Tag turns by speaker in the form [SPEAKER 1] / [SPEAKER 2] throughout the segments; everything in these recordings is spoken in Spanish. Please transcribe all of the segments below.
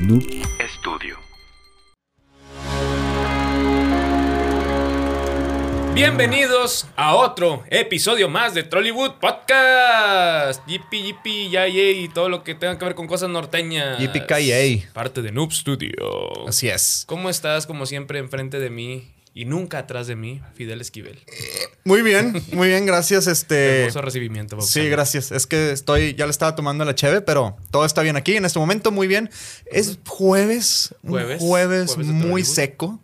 [SPEAKER 1] Noob
[SPEAKER 2] Estudio.
[SPEAKER 3] Bienvenidos a otro episodio más de Trollywood Podcast. Yipi, yipi, ya, yay, y todo lo que tenga que ver con cosas norteñas.
[SPEAKER 4] Yipi, ki, yay.
[SPEAKER 3] Parte de Noob Studio.
[SPEAKER 4] Así es.
[SPEAKER 3] ¿Cómo estás, como siempre, enfrente de mí y nunca atrás de mí, Fidel Esquivel?
[SPEAKER 4] Eh, Muy bien, muy bien, gracias. Este.
[SPEAKER 3] Hermoso recibimiento, Bob
[SPEAKER 4] Sí,
[SPEAKER 3] Sander.
[SPEAKER 4] gracias. Es que estoy, ya le estaba tomando la cheve, pero todo está bien aquí en este momento, muy bien. Es jueves, un
[SPEAKER 3] Jueves,
[SPEAKER 4] jueves,
[SPEAKER 3] jueves de
[SPEAKER 4] muy
[SPEAKER 3] Trollywood.
[SPEAKER 4] seco,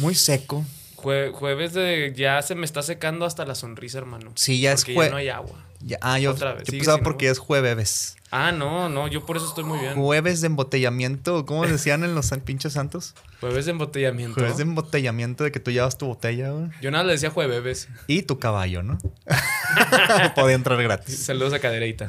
[SPEAKER 4] muy seco.
[SPEAKER 3] Jue- jueves de. Ya se me está secando hasta la sonrisa, hermano.
[SPEAKER 4] Sí, ya es
[SPEAKER 3] Porque
[SPEAKER 4] jue-
[SPEAKER 3] no hay agua.
[SPEAKER 4] Ya- ah, yo,
[SPEAKER 3] Otra vez,
[SPEAKER 4] yo
[SPEAKER 3] sigue
[SPEAKER 4] pensaba
[SPEAKER 3] sin
[SPEAKER 4] porque
[SPEAKER 3] agua.
[SPEAKER 4] es jueves.
[SPEAKER 3] Ah, no, no, yo por eso estoy muy bien.
[SPEAKER 4] Jueves de embotellamiento, ¿cómo decían en los san- pinches santos?
[SPEAKER 3] Jueves de embotellamiento.
[SPEAKER 4] Jueves de embotellamiento de que tú llevas tu botella güey,
[SPEAKER 3] Yo nada le decía jueves.
[SPEAKER 4] y tu caballo, ¿no? Podía entrar gratis.
[SPEAKER 3] Saludos a Cadereita.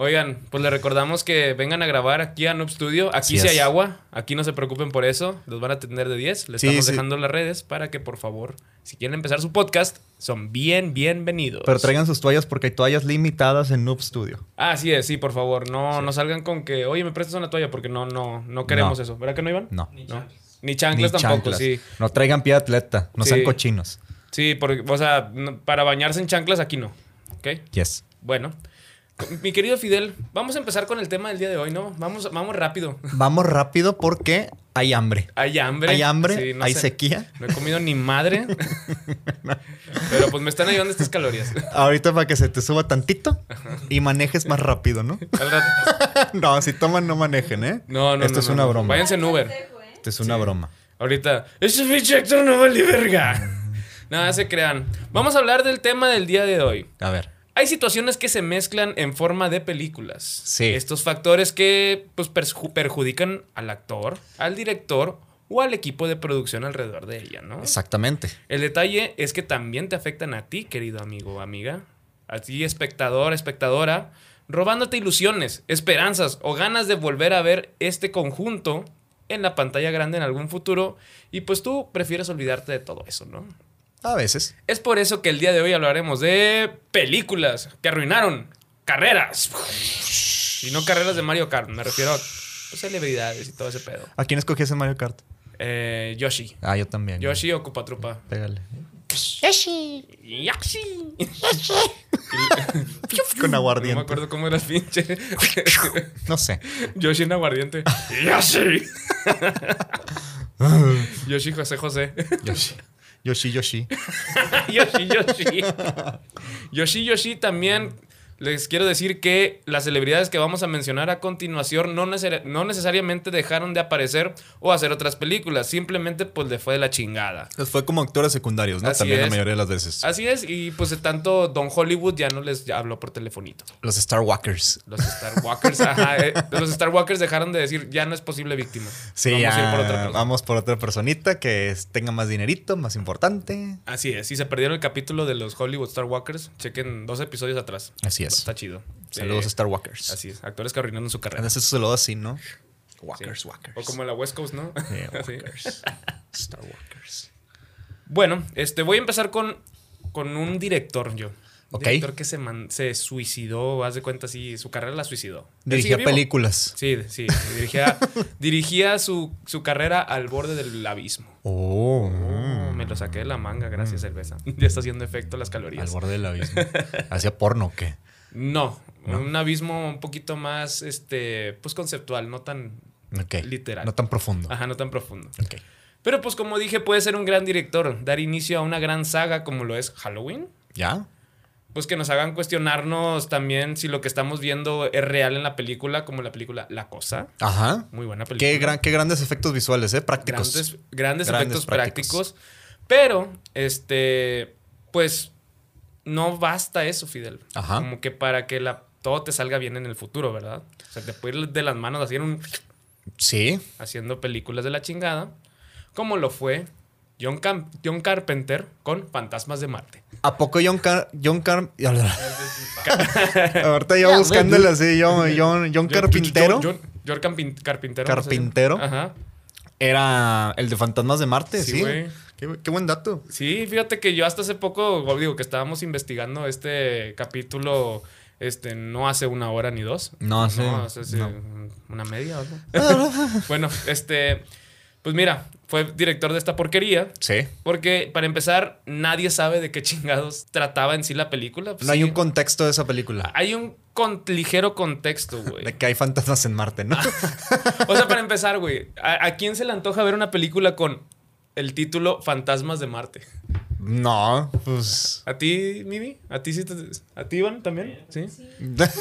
[SPEAKER 3] Oigan, pues les recordamos que vengan a grabar aquí a Noob Studio. Aquí
[SPEAKER 4] Así
[SPEAKER 3] si hay
[SPEAKER 4] es.
[SPEAKER 3] agua, aquí no se preocupen por eso. Los van a atender de 10. Les
[SPEAKER 4] Sí,
[SPEAKER 3] estamos
[SPEAKER 4] sí.
[SPEAKER 3] dejando las redes para que, por favor, si quieren empezar su podcast, son bien, bienvenidos.
[SPEAKER 4] Pero traigan sus toallas porque hay toallas limitadas en Noob Studio.
[SPEAKER 3] Ah, Así es, sí, por favor. No, no salgan con que, oye, me prestas una toalla porque no, no, no queremos
[SPEAKER 4] No.
[SPEAKER 3] eso. ¿Verdad que no, Iván?
[SPEAKER 4] No.
[SPEAKER 3] No. Ni chanclas
[SPEAKER 4] Ni
[SPEAKER 3] tampoco,
[SPEAKER 4] chanclas.
[SPEAKER 3] sí.
[SPEAKER 4] No traigan pie de atleta, no
[SPEAKER 3] Sí.
[SPEAKER 4] sean cochinos.
[SPEAKER 3] Sí, porque, o sea, no- para bañarse en chanclas aquí no. ¿Ok?
[SPEAKER 4] Yes.
[SPEAKER 3] Bueno, mi querido Fidel, vamos a empezar con el tema del día de hoy, ¿no? Vamos, vamos rápido.
[SPEAKER 4] Vamos rápido porque hay hambre.
[SPEAKER 3] Hay hambre.
[SPEAKER 4] Hay hambre,
[SPEAKER 3] Sí, no
[SPEAKER 4] hay
[SPEAKER 3] sé.
[SPEAKER 4] sequía.
[SPEAKER 3] No he comido ni madre. Pero pues me están ayudando estas calorías.
[SPEAKER 4] Ahorita para que se te suba tantito y manejes más rápido, ¿no?
[SPEAKER 3] Al rato.
[SPEAKER 4] no, si toman, no manejen, ¿eh?
[SPEAKER 3] No, no,
[SPEAKER 4] Esto
[SPEAKER 3] no,
[SPEAKER 4] es
[SPEAKER 3] no,
[SPEAKER 4] una
[SPEAKER 3] no.
[SPEAKER 4] broma.
[SPEAKER 3] Váyanse en Uber.
[SPEAKER 4] Esto es una broma.
[SPEAKER 3] Ahorita, ese pinche Héctor no vale verga. Nada, se crean. Vamos a hablar del tema del día de hoy.
[SPEAKER 4] A ver.
[SPEAKER 3] Hay situaciones que se mezclan en forma de películas.
[SPEAKER 4] Sí.
[SPEAKER 3] Estos factores que pues, perju- perjudican al actor, al director o al equipo de producción alrededor de ella, ¿no?
[SPEAKER 4] Exactamente.
[SPEAKER 3] El detalle es que también te afectan a ti, querido amigo o amiga, a ti, espectador, espectadora, robándote ilusiones, esperanzas o ganas de volver a ver este conjunto en la pantalla grande en algún futuro y pues tú prefieres olvidarte de todo eso, ¿no?
[SPEAKER 4] A veces.
[SPEAKER 3] Es por eso que el día de hoy hablaremos de películas que arruinaron carreras. Y no carreras de Mario Kart, me refiero a pues, celebridades y todo ese pedo.
[SPEAKER 4] ¿A quién escogías en Mario Kart?
[SPEAKER 3] Eh, Yoshi.
[SPEAKER 4] Ah, yo también.
[SPEAKER 3] Yoshi o Copatrupa.
[SPEAKER 4] Pégale.
[SPEAKER 3] Yoshi.
[SPEAKER 4] Con
[SPEAKER 3] No me
[SPEAKER 4] aguardiente. No,
[SPEAKER 3] acuerdo cómo eras pinche.
[SPEAKER 4] sé.
[SPEAKER 3] Yoshi en aguardiente. Yoshi. Yoshi José José.
[SPEAKER 4] Yoshi. Yoshi, Yoshi.
[SPEAKER 3] Yoshi, Yoshi. Yoshi, Yoshi también. Les quiero decir que las celebridades que vamos a mencionar a continuación no, necer- no necesariamente dejaron de aparecer o hacer otras películas, simplemente pues le fue de la chingada.
[SPEAKER 4] Fue como actores secundarios, ¿no?
[SPEAKER 3] Así
[SPEAKER 4] también
[SPEAKER 3] es.
[SPEAKER 4] la mayoría de las veces.
[SPEAKER 3] Así es, y pues de tanto Don Hollywood ya no les habló por telefonito.
[SPEAKER 4] Los Star Walkers.
[SPEAKER 3] Los Star Walkers, ajá, eh, los Star Walkers dejaron de decir ya no es posible víctima.
[SPEAKER 4] Sí,
[SPEAKER 3] vamos a ir
[SPEAKER 4] ya,
[SPEAKER 3] por otra cosa.
[SPEAKER 4] vamos por otra personita que es- tenga más dinerito, más importante.
[SPEAKER 3] Así es, si se perdieron el capítulo de los Hollywood Star Walkers, chequen dos episodios atrás.
[SPEAKER 4] Así es.
[SPEAKER 3] Está chido.
[SPEAKER 4] Saludos
[SPEAKER 3] Eh,
[SPEAKER 4] a Star Walkers.
[SPEAKER 3] Así es, actores que arruinaron su carrera.
[SPEAKER 4] Andas esos saludos así, ¿no?
[SPEAKER 3] Sí.
[SPEAKER 4] Walkers, Walkers.
[SPEAKER 3] O como la West Coast, ¿no?
[SPEAKER 4] Yeah,
[SPEAKER 3] Sí.
[SPEAKER 4] walkers. Star Walkers.
[SPEAKER 3] Bueno, este, voy a empezar con, con un director yo. Un
[SPEAKER 4] Ok.
[SPEAKER 3] director que se, man- se suicidó, haz de cuenta, sí, su carrera la suicidó. Él sigue
[SPEAKER 4] Dirigía
[SPEAKER 3] vivo.
[SPEAKER 4] películas.
[SPEAKER 3] Sí, sí, dirigía, dirigía su, su carrera al borde del abismo.
[SPEAKER 4] Oh.
[SPEAKER 3] Oh, me lo saqué de la manga, gracias, cerveza. Ya está haciendo efecto las
[SPEAKER 4] Mm. Al
[SPEAKER 3] calorías.
[SPEAKER 4] borde del abismo. ¿Hacía porno o qué?
[SPEAKER 3] No,
[SPEAKER 4] No.
[SPEAKER 3] un abismo un poquito más, este, pues conceptual, no tan,
[SPEAKER 4] Ok.
[SPEAKER 3] Literal. Ah.
[SPEAKER 4] No tan profundo.
[SPEAKER 3] ajá, no tan profundo.
[SPEAKER 4] Ok.
[SPEAKER 3] Pero pues como dije, puede ser un gran director, dar inicio a una gran saga como lo es Halloween.
[SPEAKER 4] ¿Ya?
[SPEAKER 3] Pues que nos hagan cuestionarnos también si lo que estamos viendo es real en la película, como la película La Cosa.
[SPEAKER 4] Ajá.
[SPEAKER 3] Muy buena película.
[SPEAKER 4] Qué, gran, qué grandes efectos visuales, ¿eh? Prácticos.
[SPEAKER 3] grandes, grandes
[SPEAKER 4] Grandes
[SPEAKER 3] efectos prácticos.
[SPEAKER 4] prácticos.
[SPEAKER 3] Pero, este, pues, no basta eso, Fidel.
[SPEAKER 4] Ajá.
[SPEAKER 3] Como que para que la, todo te salga bien en el futuro, ¿verdad? O sea, te puede ir de las manos haciendo, un-
[SPEAKER 4] Sí.
[SPEAKER 3] haciendo películas de la chingada, como lo fue John, Cam- John Carpenter con Fantasmas de Marte.
[SPEAKER 4] ¿A poco John Car... John Car... Ahorita yo buscándole así, yo- John, John Carpintero.
[SPEAKER 3] John, John- John Carpin- Carpintero. no sé si-
[SPEAKER 4] Carpintero.
[SPEAKER 3] Ajá.
[SPEAKER 4] Era el de Fantasmas de Marte,
[SPEAKER 3] Sí,
[SPEAKER 4] sí.
[SPEAKER 3] güey.
[SPEAKER 4] Qué, qué buen dato.
[SPEAKER 3] Sí, fíjate que yo hasta hace poco, digo, que estábamos investigando este capítulo Este, no hace una hora ni dos.
[SPEAKER 4] No hace-
[SPEAKER 3] No, hace sí,
[SPEAKER 4] no.
[SPEAKER 3] una media o algo. bueno, este. Pues mira, fue director de esta porquería.
[SPEAKER 4] Sí.
[SPEAKER 3] Porque, para empezar, nadie sabe de qué chingados trataba en sí la película. Pues
[SPEAKER 4] No hay
[SPEAKER 3] sí,
[SPEAKER 4] un contexto de esa película.
[SPEAKER 3] hay un con- ligero contexto, güey. Ah.
[SPEAKER 4] De que hay fantasmas en Marte, ¿no?
[SPEAKER 3] O sea, para empezar, güey, ¿a, a quién se le antoja ver una película con el título Fantasmas de Marte?
[SPEAKER 4] No, pues.
[SPEAKER 3] ¿A ti, Mimi? ¿A ti, sí te- ¿A ti, Iván, también? Sí.
[SPEAKER 4] Pues,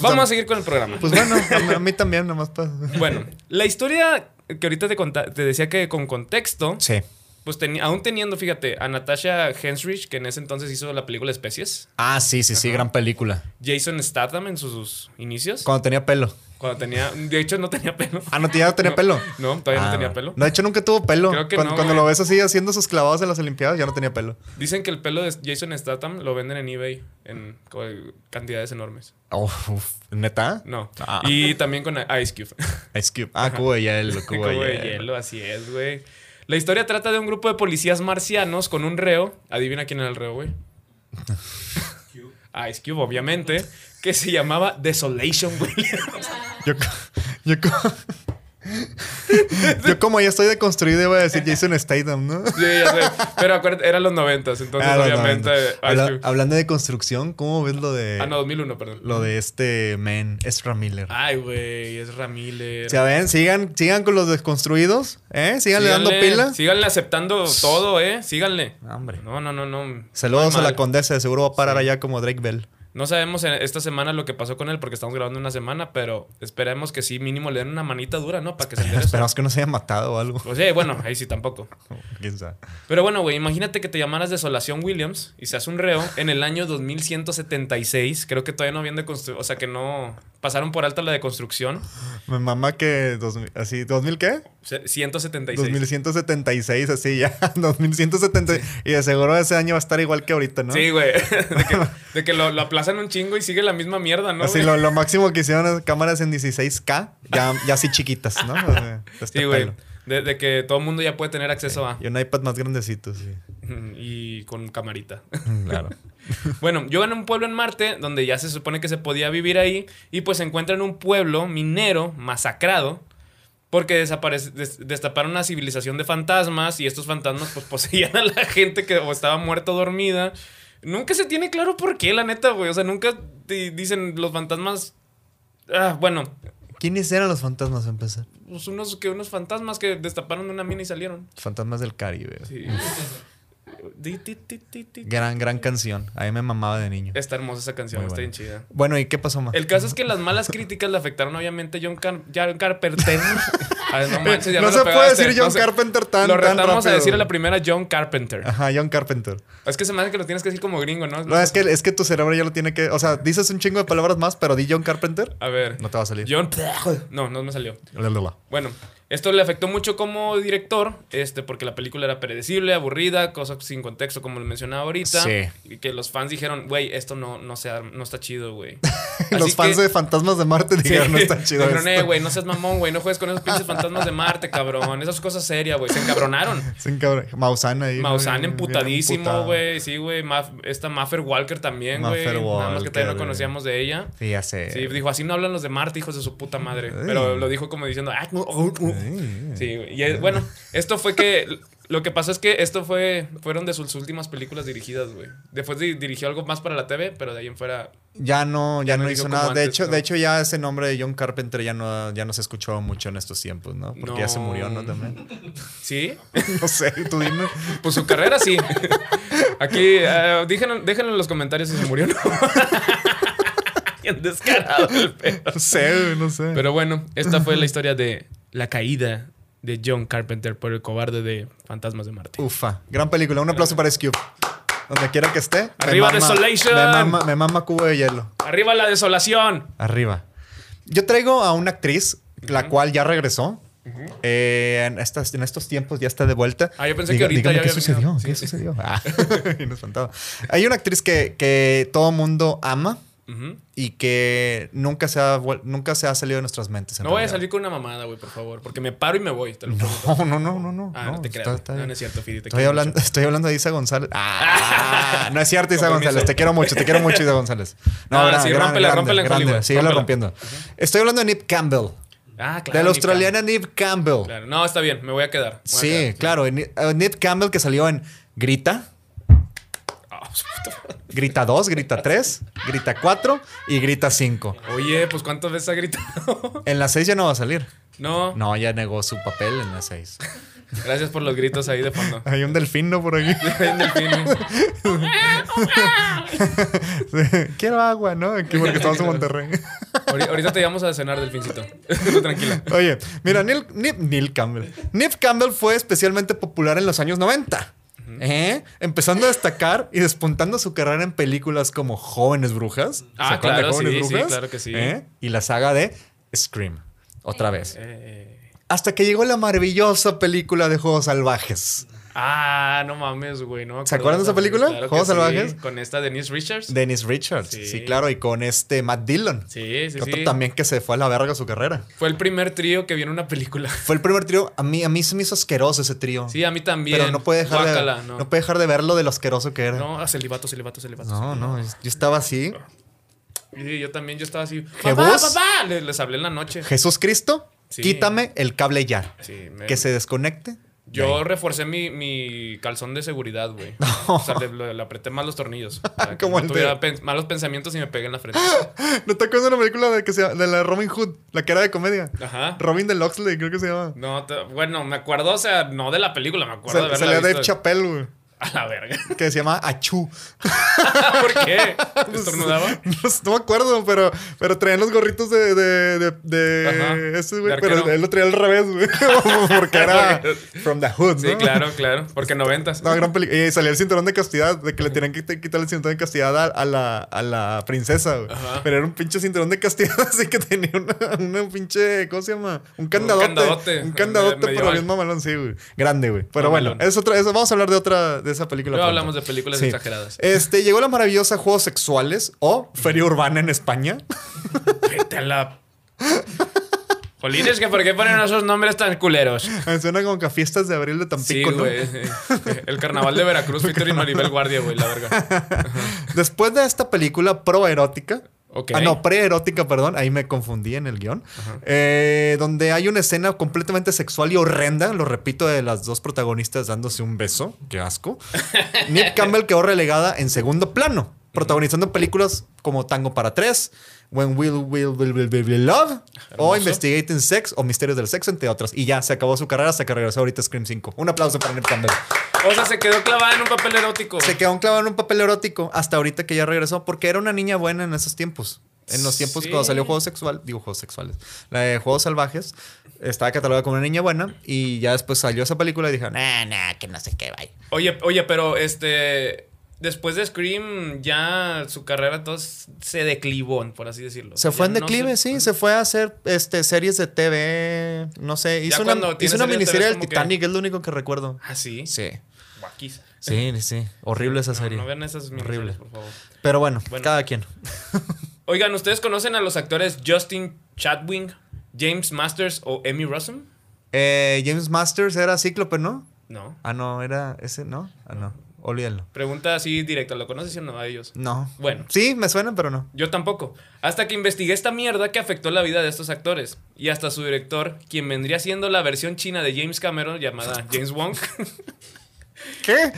[SPEAKER 3] Vamos a seguir con el programa.
[SPEAKER 4] Pues bueno, a- a mí también, nomás para.
[SPEAKER 3] Bueno, la historia que ahorita te, conta- te decía que con contexto,
[SPEAKER 4] Sí.
[SPEAKER 3] pues teni- aún teniendo, fíjate, a Natasha Hensrich, que en ese entonces hizo la película Especies,
[SPEAKER 4] Ah, sí, sí, sí, gran película.
[SPEAKER 3] Jason Statham en sus inicios,
[SPEAKER 4] Cuando tenía pelo.
[SPEAKER 3] cuando tenía, de hecho no tenía pelo.
[SPEAKER 4] Ah, no, ya no tenía
[SPEAKER 3] No,
[SPEAKER 4] pelo.
[SPEAKER 3] No, todavía no
[SPEAKER 4] Ah,
[SPEAKER 3] tenía pelo.
[SPEAKER 4] No, de hecho nunca tuvo pelo.
[SPEAKER 3] Creo que
[SPEAKER 4] cuando
[SPEAKER 3] no,
[SPEAKER 4] cuando lo
[SPEAKER 3] güey.
[SPEAKER 4] ves así haciendo sus clavados en las Olimpiadas, ya no tenía pelo.
[SPEAKER 3] Dicen que el pelo de Jason Statham lo venden en eBay en co- cantidades enormes.
[SPEAKER 4] Oh, uf, ¿Neta?
[SPEAKER 3] No.
[SPEAKER 4] Ah.
[SPEAKER 3] Y también con Ice Cube.
[SPEAKER 4] Ice Cube. Ah, cubo de hielo,
[SPEAKER 3] Cubo de hielo, así es, güey. La historia trata de un grupo de policías marcianos con un reo. Adivina quién era el reo, güey. Ice Cube, obviamente. Que se llamaba Desolation Williams.
[SPEAKER 4] Yo, co- yo, co- yo como ya estoy deconstruido, iba a decir Jason Statham, ¿no?
[SPEAKER 3] Sí, ya sé. Pero acuérdate, eran los noventas, entonces
[SPEAKER 4] Ah, no, no,
[SPEAKER 3] obviamente
[SPEAKER 4] no.
[SPEAKER 3] Ice
[SPEAKER 4] Habla-
[SPEAKER 3] Cube.
[SPEAKER 4] hablando de construcción, ¿cómo ves lo de
[SPEAKER 3] Ah, no, Ah, 2001, perdón.
[SPEAKER 4] lo de este men, Ezra Miller?
[SPEAKER 3] Ay, güey, es Ramírez.
[SPEAKER 4] ¿Se ven? Sigan, sigan con los desconstruidos, ¿eh? Síganle, dando pila.
[SPEAKER 3] Síganle aceptando todo, ¿eh? Síganle.
[SPEAKER 4] Hombre.
[SPEAKER 3] No, no, no, no.
[SPEAKER 4] Saludos
[SPEAKER 3] Muy
[SPEAKER 4] a la
[SPEAKER 3] mal.
[SPEAKER 4] condesa, de seguro va a parar allá como Drake Bell.
[SPEAKER 3] No sabemos en- esta semana lo que pasó con él porque estamos grabando una semana, pero esperemos que sí, mínimo le den una manita dura, ¿no? Para que se enderece.
[SPEAKER 4] Esperamos que no se haya matado o algo.
[SPEAKER 3] O sea, bueno, ahí sí tampoco.
[SPEAKER 4] ¿Quién sabe?
[SPEAKER 3] Pero bueno, güey, imagínate que te llamaras Desolación Williams y seas un reo en el año 2176. Creo que todavía no habían deconstruido, o sea, que no pasaron por alta la deconstrucción.
[SPEAKER 4] Mi mamá que... 2000, ¿Así? ¿2000 qué?
[SPEAKER 3] Se- 176.
[SPEAKER 4] 2176, así ya. 2176. Y de seguro ese año va a estar igual que ahorita, ¿no?
[SPEAKER 3] Sí, güey. De que, de que lo, lo aplazan un chingo y sigue la misma mierda, ¿no?
[SPEAKER 4] Así
[SPEAKER 3] güey?
[SPEAKER 4] lo, lo máximo que hicieron es cámaras en 16K, ya, ya así chiquitas, ¿no? O sea, de este
[SPEAKER 3] Sí, güey. Ah.
[SPEAKER 4] pelo.
[SPEAKER 3] De, de que todo el mundo ya puede tener acceso a.
[SPEAKER 4] Y un iPad más grandecito, sí.
[SPEAKER 3] Y con camarita.
[SPEAKER 4] Claro.
[SPEAKER 3] Bueno, yo en un pueblo en Marte, donde ya se supone que se podía vivir ahí, y pues encuentran un pueblo minero masacrado porque desaparece- des- destaparon una civilización de fantasmas y estos fantasmas pues poseían a la gente que o estaba muerta o dormida. Nunca se tiene claro por qué, la neta, güey. O sea, nunca te dicen los fantasmas... Ah, bueno,
[SPEAKER 4] ¿Quiénes eran los fantasmas para empezar?
[SPEAKER 3] pues unos, que unos fantasmas que destaparon una mina y salieron.
[SPEAKER 4] Fantasmas del Caribe.
[SPEAKER 3] Sí. Di, ti, ti, ti, ti.
[SPEAKER 4] Gran, gran canción. A mí me mamaba de niño.
[SPEAKER 3] Está hermosa esa canción,
[SPEAKER 4] Muy
[SPEAKER 3] está
[SPEAKER 4] buena.
[SPEAKER 3] bien chida.
[SPEAKER 4] Bueno, ¿y qué pasó más?
[SPEAKER 3] El caso es que las malas críticas le afectaron obviamente a John, Car- John Carpenter. Ay, no manches, ya
[SPEAKER 4] no
[SPEAKER 3] me
[SPEAKER 4] se
[SPEAKER 3] la
[SPEAKER 4] puede
[SPEAKER 3] pegaste.
[SPEAKER 4] decir John
[SPEAKER 3] No se-
[SPEAKER 4] Carpenter tan,
[SPEAKER 3] Lo
[SPEAKER 4] tan
[SPEAKER 3] retamos a
[SPEAKER 4] rápido, Ah.
[SPEAKER 3] decir a
[SPEAKER 4] güey.
[SPEAKER 3] la primera John Carpenter.
[SPEAKER 4] Ajá, John Carpenter.
[SPEAKER 3] Es que se me hace que lo tienes que decir como gringo, ¿no?
[SPEAKER 4] No, es que, es que tu cerebro ya lo tiene que. O sea, dices un chingo de palabras más, pero di John Carpenter.
[SPEAKER 3] A ver.
[SPEAKER 4] No te va a salir.
[SPEAKER 3] John. No, no me salió.
[SPEAKER 4] Lala.
[SPEAKER 3] Bueno, esto le afectó mucho como director, este, porque la película era predecible, aburrida, cosas sin contexto, como lo mencionaba ahorita.
[SPEAKER 4] Sí.
[SPEAKER 3] Y que los fans dijeron, güey, esto no, no, se ar- no está chido, güey. Así
[SPEAKER 4] Los fans
[SPEAKER 3] que-
[SPEAKER 4] de Fantasmas de Marte
[SPEAKER 3] Sí.
[SPEAKER 4] dijeron, no está chido.
[SPEAKER 3] Dijeron, "Eh,
[SPEAKER 4] esto".
[SPEAKER 3] güey, no seas mamón, güey. No juegues con esos pinches fantasmas de Marte, cabrón. Esas cosas serias, güey. Se encabronaron.
[SPEAKER 4] Sin cabrón. Maussan ahí.
[SPEAKER 3] Maussan
[SPEAKER 4] güey, bien
[SPEAKER 3] emputadísimo,
[SPEAKER 4] emputada.
[SPEAKER 3] güey. Sí, güey. Maf- esta Maffer Walker también, güey. Nada
[SPEAKER 4] Maffer
[SPEAKER 3] más que
[SPEAKER 4] Walker,
[SPEAKER 3] todavía no
[SPEAKER 4] güey.
[SPEAKER 3] conocíamos de ella.
[SPEAKER 4] Sí, ya sé.
[SPEAKER 3] Sí, dijo, así no hablan los de Marte, hijos de su puta madre.
[SPEAKER 4] Ay.
[SPEAKER 3] Pero lo dijo como diciendo, "Ah, uh, uh, uh".
[SPEAKER 4] Sí.
[SPEAKER 3] Sí, güey. Y es- bueno, esto fue que. Lo que pasó es que esto fue fueron de sus últimas películas dirigidas, güey. Después di- dirigió algo más para la TV, pero de ahí en fuera.
[SPEAKER 4] Ya no, ya,
[SPEAKER 3] Ya no
[SPEAKER 4] no
[SPEAKER 3] hizo
[SPEAKER 4] hizo
[SPEAKER 3] como
[SPEAKER 4] nada. de
[SPEAKER 3] antes,
[SPEAKER 4] hecho,
[SPEAKER 3] ¿no?
[SPEAKER 4] de hecho, ya ese nombre de John Carpenter ya no, ya no se escuchó mucho en estos tiempos, ¿no? Porque ya se
[SPEAKER 3] No.
[SPEAKER 4] murió, ¿no? También.
[SPEAKER 3] ¿Sí?
[SPEAKER 4] No sé, tú dime.
[SPEAKER 3] Pues su carrera sí. Aquí, eh, déjenlo, déjenlo en los comentarios si se murió o no. Bien descarado el pedo.
[SPEAKER 4] No sé, güey, no sé.
[SPEAKER 3] Pero bueno, esta fue la historia de la caída de John Carpenter por el cobarde de Fantasmas de Marte.
[SPEAKER 4] Ufa. Gran película. Un aplauso para Skew. Donde quiera que esté. me
[SPEAKER 3] Arriba
[SPEAKER 4] mama-
[SPEAKER 3] Desolation.
[SPEAKER 4] Me mama, me mama cubo de hielo.
[SPEAKER 3] ¡Arriba la desolación!
[SPEAKER 4] Arriba. Yo traigo a una actriz, la cual ya regresó. Eh, en, estas- en estos tiempos ya está de vuelta.
[SPEAKER 3] Ah, yo pensé que ahorita
[SPEAKER 4] dígame
[SPEAKER 3] ya
[SPEAKER 4] ¿Qué
[SPEAKER 3] había
[SPEAKER 4] sucedió?
[SPEAKER 3] venido.
[SPEAKER 4] ¿Qué
[SPEAKER 3] Sí.
[SPEAKER 4] sucedió? Ah, y nos faltaba. Hay una actriz que, que todo mundo ama.
[SPEAKER 3] Ujú.
[SPEAKER 4] y que nunca se ha, vuel- nunca se ha salido de nuestras mentes. en
[SPEAKER 3] No voy a
[SPEAKER 4] realidad.
[SPEAKER 3] salir con una mamada, güey, por favor. Porque me paro y me voy, te lo prometo.
[SPEAKER 4] No, no, no, no, no.
[SPEAKER 3] Ah, no, te
[SPEAKER 4] está-
[SPEAKER 3] creas. güey.
[SPEAKER 4] está
[SPEAKER 3] no,
[SPEAKER 4] bien.
[SPEAKER 3] no es cierto, Fidi. te
[SPEAKER 4] Estoy
[SPEAKER 3] quiero
[SPEAKER 4] hablando,
[SPEAKER 3] mucho.
[SPEAKER 4] estoy hablando de Isa González. Ah, no es cierto, Isa
[SPEAKER 3] Con
[SPEAKER 4] González.
[SPEAKER 3] permiso.
[SPEAKER 4] Te quiero mucho, te quiero mucho, Isa González. No,
[SPEAKER 3] Ah,
[SPEAKER 4] gran-
[SPEAKER 3] sí,
[SPEAKER 4] gran-
[SPEAKER 3] rómpela,
[SPEAKER 4] grande,
[SPEAKER 3] rómpela en
[SPEAKER 4] grande.
[SPEAKER 3] Hollywood,
[SPEAKER 4] Síguela
[SPEAKER 3] rómpela.
[SPEAKER 4] rompiendo. Estoy hablando de Nip Campbell,
[SPEAKER 3] Ah, claro.
[SPEAKER 4] de la
[SPEAKER 3] Nick
[SPEAKER 4] australiana Nip Campbell.
[SPEAKER 3] Cam- Claro. No, está bien, me voy a quedar. me voy a
[SPEAKER 4] Sí,
[SPEAKER 3] quedar.
[SPEAKER 4] claro. y Ni- eh, Nip Campbell que salió en Grita,
[SPEAKER 3] Ah, puta.
[SPEAKER 4] Grita 2, Grita 3, Grita 4 y Grita 5.
[SPEAKER 3] Oye, pues ¿cuántas veces ha gritado?
[SPEAKER 4] En la 6 ya no va a salir.
[SPEAKER 3] no.
[SPEAKER 4] No, ya negó su papel en la 6.
[SPEAKER 3] Gracias por los gritos ahí de fondo.
[SPEAKER 4] Hay un delfino por aquí.
[SPEAKER 3] Hay un delfín, güey.
[SPEAKER 4] Quiero agua, ¿no? Aquí porque estamos en Monterrey.
[SPEAKER 3] Ahori- Ahorita te llevamos a cenar, delfincito. Tú tranquila.
[SPEAKER 4] Oye, mira, Neil, Nip- Neil Campbell. Nip Campbell fue especialmente popular en los años 90. ¿eh? Empezando a destacar y despuntando su carrera en películas como Jóvenes Brujas. ¿Se
[SPEAKER 3] Ah,
[SPEAKER 4] acuerdan de
[SPEAKER 3] claro,
[SPEAKER 4] Jóvenes
[SPEAKER 3] sí, sí, claro que sí.
[SPEAKER 4] ¿Eh? Y la saga de Scream. Otra vez.
[SPEAKER 3] Eh,
[SPEAKER 4] Hasta que llegó la maravillosa película de Juegos Salvajes.
[SPEAKER 3] Ah, no mames, güey. No me
[SPEAKER 4] ¿Se
[SPEAKER 3] acuerdo
[SPEAKER 4] acuerdan de esa película?
[SPEAKER 3] Claro que
[SPEAKER 4] ¿Juegos
[SPEAKER 3] sí,
[SPEAKER 4] salvajes?
[SPEAKER 3] Con esta Denise Richards.
[SPEAKER 4] Dennis Richards. Sí.
[SPEAKER 3] Sí.
[SPEAKER 4] claro. Y con este Matt Dillon.
[SPEAKER 3] Sí, sí,
[SPEAKER 4] que otro
[SPEAKER 3] sí.
[SPEAKER 4] también que se fue a la verga su carrera.
[SPEAKER 3] Fue el primer trío que vi en una película.
[SPEAKER 4] Fue el primer trío. A mí, a mí se me hizo asqueroso ese trío.
[SPEAKER 3] Sí, a mí también.
[SPEAKER 4] Pero no puede dejar,
[SPEAKER 3] Guácala,
[SPEAKER 4] de,
[SPEAKER 3] no.
[SPEAKER 4] no. puede dejar de verlo de lo asqueroso que era.
[SPEAKER 3] No, ah, celibato, celibato, celibato.
[SPEAKER 4] No, no, yo estaba así.
[SPEAKER 3] Y yo también, yo estaba así.
[SPEAKER 4] ¿Qué
[SPEAKER 3] ¡Papá,
[SPEAKER 4] vos?
[SPEAKER 3] papá! Les, les hablé en la noche.
[SPEAKER 4] Jesús Cristo,
[SPEAKER 3] Sí.
[SPEAKER 4] quítame el cable ya.
[SPEAKER 3] Sí, me-
[SPEAKER 4] Que se desconecte.
[SPEAKER 3] Yo reforcé mi, mi calzón de seguridad, güey. O sea, le, le- le apreté más los tornillos. para que
[SPEAKER 4] Como
[SPEAKER 3] no
[SPEAKER 4] el de-
[SPEAKER 3] tuviera pen- malos pensamientos y me pegué en la frente.
[SPEAKER 4] ¿No te acuerdas de una película de, que se llama- de la Robin Hood? La que era de comedia.
[SPEAKER 3] Ajá.
[SPEAKER 4] Robin de Loxley, creo que se llama.
[SPEAKER 3] No, te- bueno, me acuerdo, o sea, no de la película, me acuerdo de
[SPEAKER 4] Se,
[SPEAKER 3] verla
[SPEAKER 4] salía Dave
[SPEAKER 3] visto.
[SPEAKER 4] Chappelle, güey.
[SPEAKER 3] A la verga.
[SPEAKER 4] Que se llama Achú.
[SPEAKER 3] ¿Por qué? ¿Estornudaba?
[SPEAKER 4] No, no me acuerdo, pero, pero traían los gorritos de, de, de, de
[SPEAKER 3] Ajá,
[SPEAKER 4] ese, güey.
[SPEAKER 3] de
[SPEAKER 4] Pero
[SPEAKER 3] arquero.
[SPEAKER 4] él lo traía al revés, güey. Porque era From the Hood,
[SPEAKER 3] Sí,
[SPEAKER 4] ¿no? Este,
[SPEAKER 3] claro, claro. Porque noventas.
[SPEAKER 4] No, gran película. Y salía el cinturón de castidad, de que le tenían que quitar el cinturón de castidad a, a la, a la princesa, güey.
[SPEAKER 3] Ajá.
[SPEAKER 4] Pero era un pinche cinturón de castidad, así que tenía una, una pinche, ¿cómo se llama? Un candadote. Un
[SPEAKER 3] candadote.
[SPEAKER 4] candadote.
[SPEAKER 3] Me-
[SPEAKER 4] pero
[SPEAKER 3] medieval.
[SPEAKER 4] bien mamalón, sí, güey. Grande, güey. Pero
[SPEAKER 3] Mamalón.
[SPEAKER 4] bueno, es otra, es- vamos a hablar de otra, de esa película.
[SPEAKER 3] Luego
[SPEAKER 4] pronto.
[SPEAKER 3] hablamos de películas
[SPEAKER 4] Sí.
[SPEAKER 3] exageradas.
[SPEAKER 4] Este, llegó la maravillosa Juegos Sexuales o Feria Urbana en España.
[SPEAKER 3] Vete a la. Jolines, que por qué ponen esos nombres tan culeros.
[SPEAKER 4] Me Suena como que a fiestas de abril de
[SPEAKER 3] Sí,
[SPEAKER 4] Tampico, ¿no?
[SPEAKER 3] güey. El carnaval de Veracruz, Víctor y Maribel Guardia, güey, la verga.
[SPEAKER 4] Después de esta película proerótica.
[SPEAKER 3] Ok.
[SPEAKER 4] Ah, no, preerótica, perdón. Ahí me confundí en el guión. Eh, donde hay una escena completamente sexual y horrenda, lo repito, de las dos protagonistas dándose un beso. Qué asco. Nick Campbell quedó relegada en segundo plano, protagonizando películas como Tango para Tres, When Will Will Will Will, Will, Will Love, o
[SPEAKER 3] Hermoso.
[SPEAKER 4] Investigating Sex o Misterios del Sexo, entre otras. Y ya se acabó su carrera hasta que regresó ahorita a Scream 5. Un aplauso para Nick Campbell.
[SPEAKER 3] O sea, se quedó clavada en un papel erótico.
[SPEAKER 4] Se quedó clavado en un papel erótico hasta ahorita que ya regresó, porque era una niña buena en esos tiempos. En los tiempos
[SPEAKER 3] Sí.
[SPEAKER 4] cuando salió Juego Sexual, digo Juegos Sexuales, la de Juegos Salvajes, estaba catalogada como una niña buena y ya después salió esa película y dijeron, nah, nah, que no sé qué, vaya.
[SPEAKER 3] Oye, oye, pero este. Después de Scream, ya su carrera entonces se declivó, por así decirlo.
[SPEAKER 4] Se fue
[SPEAKER 3] Ya
[SPEAKER 4] en
[SPEAKER 3] no
[SPEAKER 4] declive, sí, se fue a hacer este, series de TV, no sé, hizo una,
[SPEAKER 3] cuando tiene
[SPEAKER 4] hizo una
[SPEAKER 3] series de
[SPEAKER 4] miniserie
[SPEAKER 3] TV,
[SPEAKER 4] del
[SPEAKER 3] como que-
[SPEAKER 4] Titanic, es lo único que recuerdo.
[SPEAKER 3] Ah, sí.
[SPEAKER 4] Sí,
[SPEAKER 3] Guaquis.
[SPEAKER 4] sí, sí, horrible esa
[SPEAKER 3] No,
[SPEAKER 4] serie.
[SPEAKER 3] no vean esas
[SPEAKER 4] Horrible.
[SPEAKER 3] miniseries, por favor.
[SPEAKER 4] Pero bueno,
[SPEAKER 3] Bueno.
[SPEAKER 4] cada quien.
[SPEAKER 3] Oigan, ¿ustedes conocen a los actores Justin Chadwick, James Masters o Emmy Rossum?
[SPEAKER 4] Eh, James Masters era Cíclope, ¿no?
[SPEAKER 3] No.
[SPEAKER 4] Ah, no, era ese, ¿no? Ah, no, olvídalo.
[SPEAKER 3] Pregunta así directa, ¿lo conoces o no a ellos?
[SPEAKER 4] No.
[SPEAKER 3] Bueno.
[SPEAKER 4] Sí, me suena, pero no.
[SPEAKER 3] Yo tampoco. Hasta que investigué esta mierda que afectó la vida de estos actores. Y hasta su director, quien vendría siendo la versión china de James Cameron llamada James Wong.
[SPEAKER 4] ¿Qué?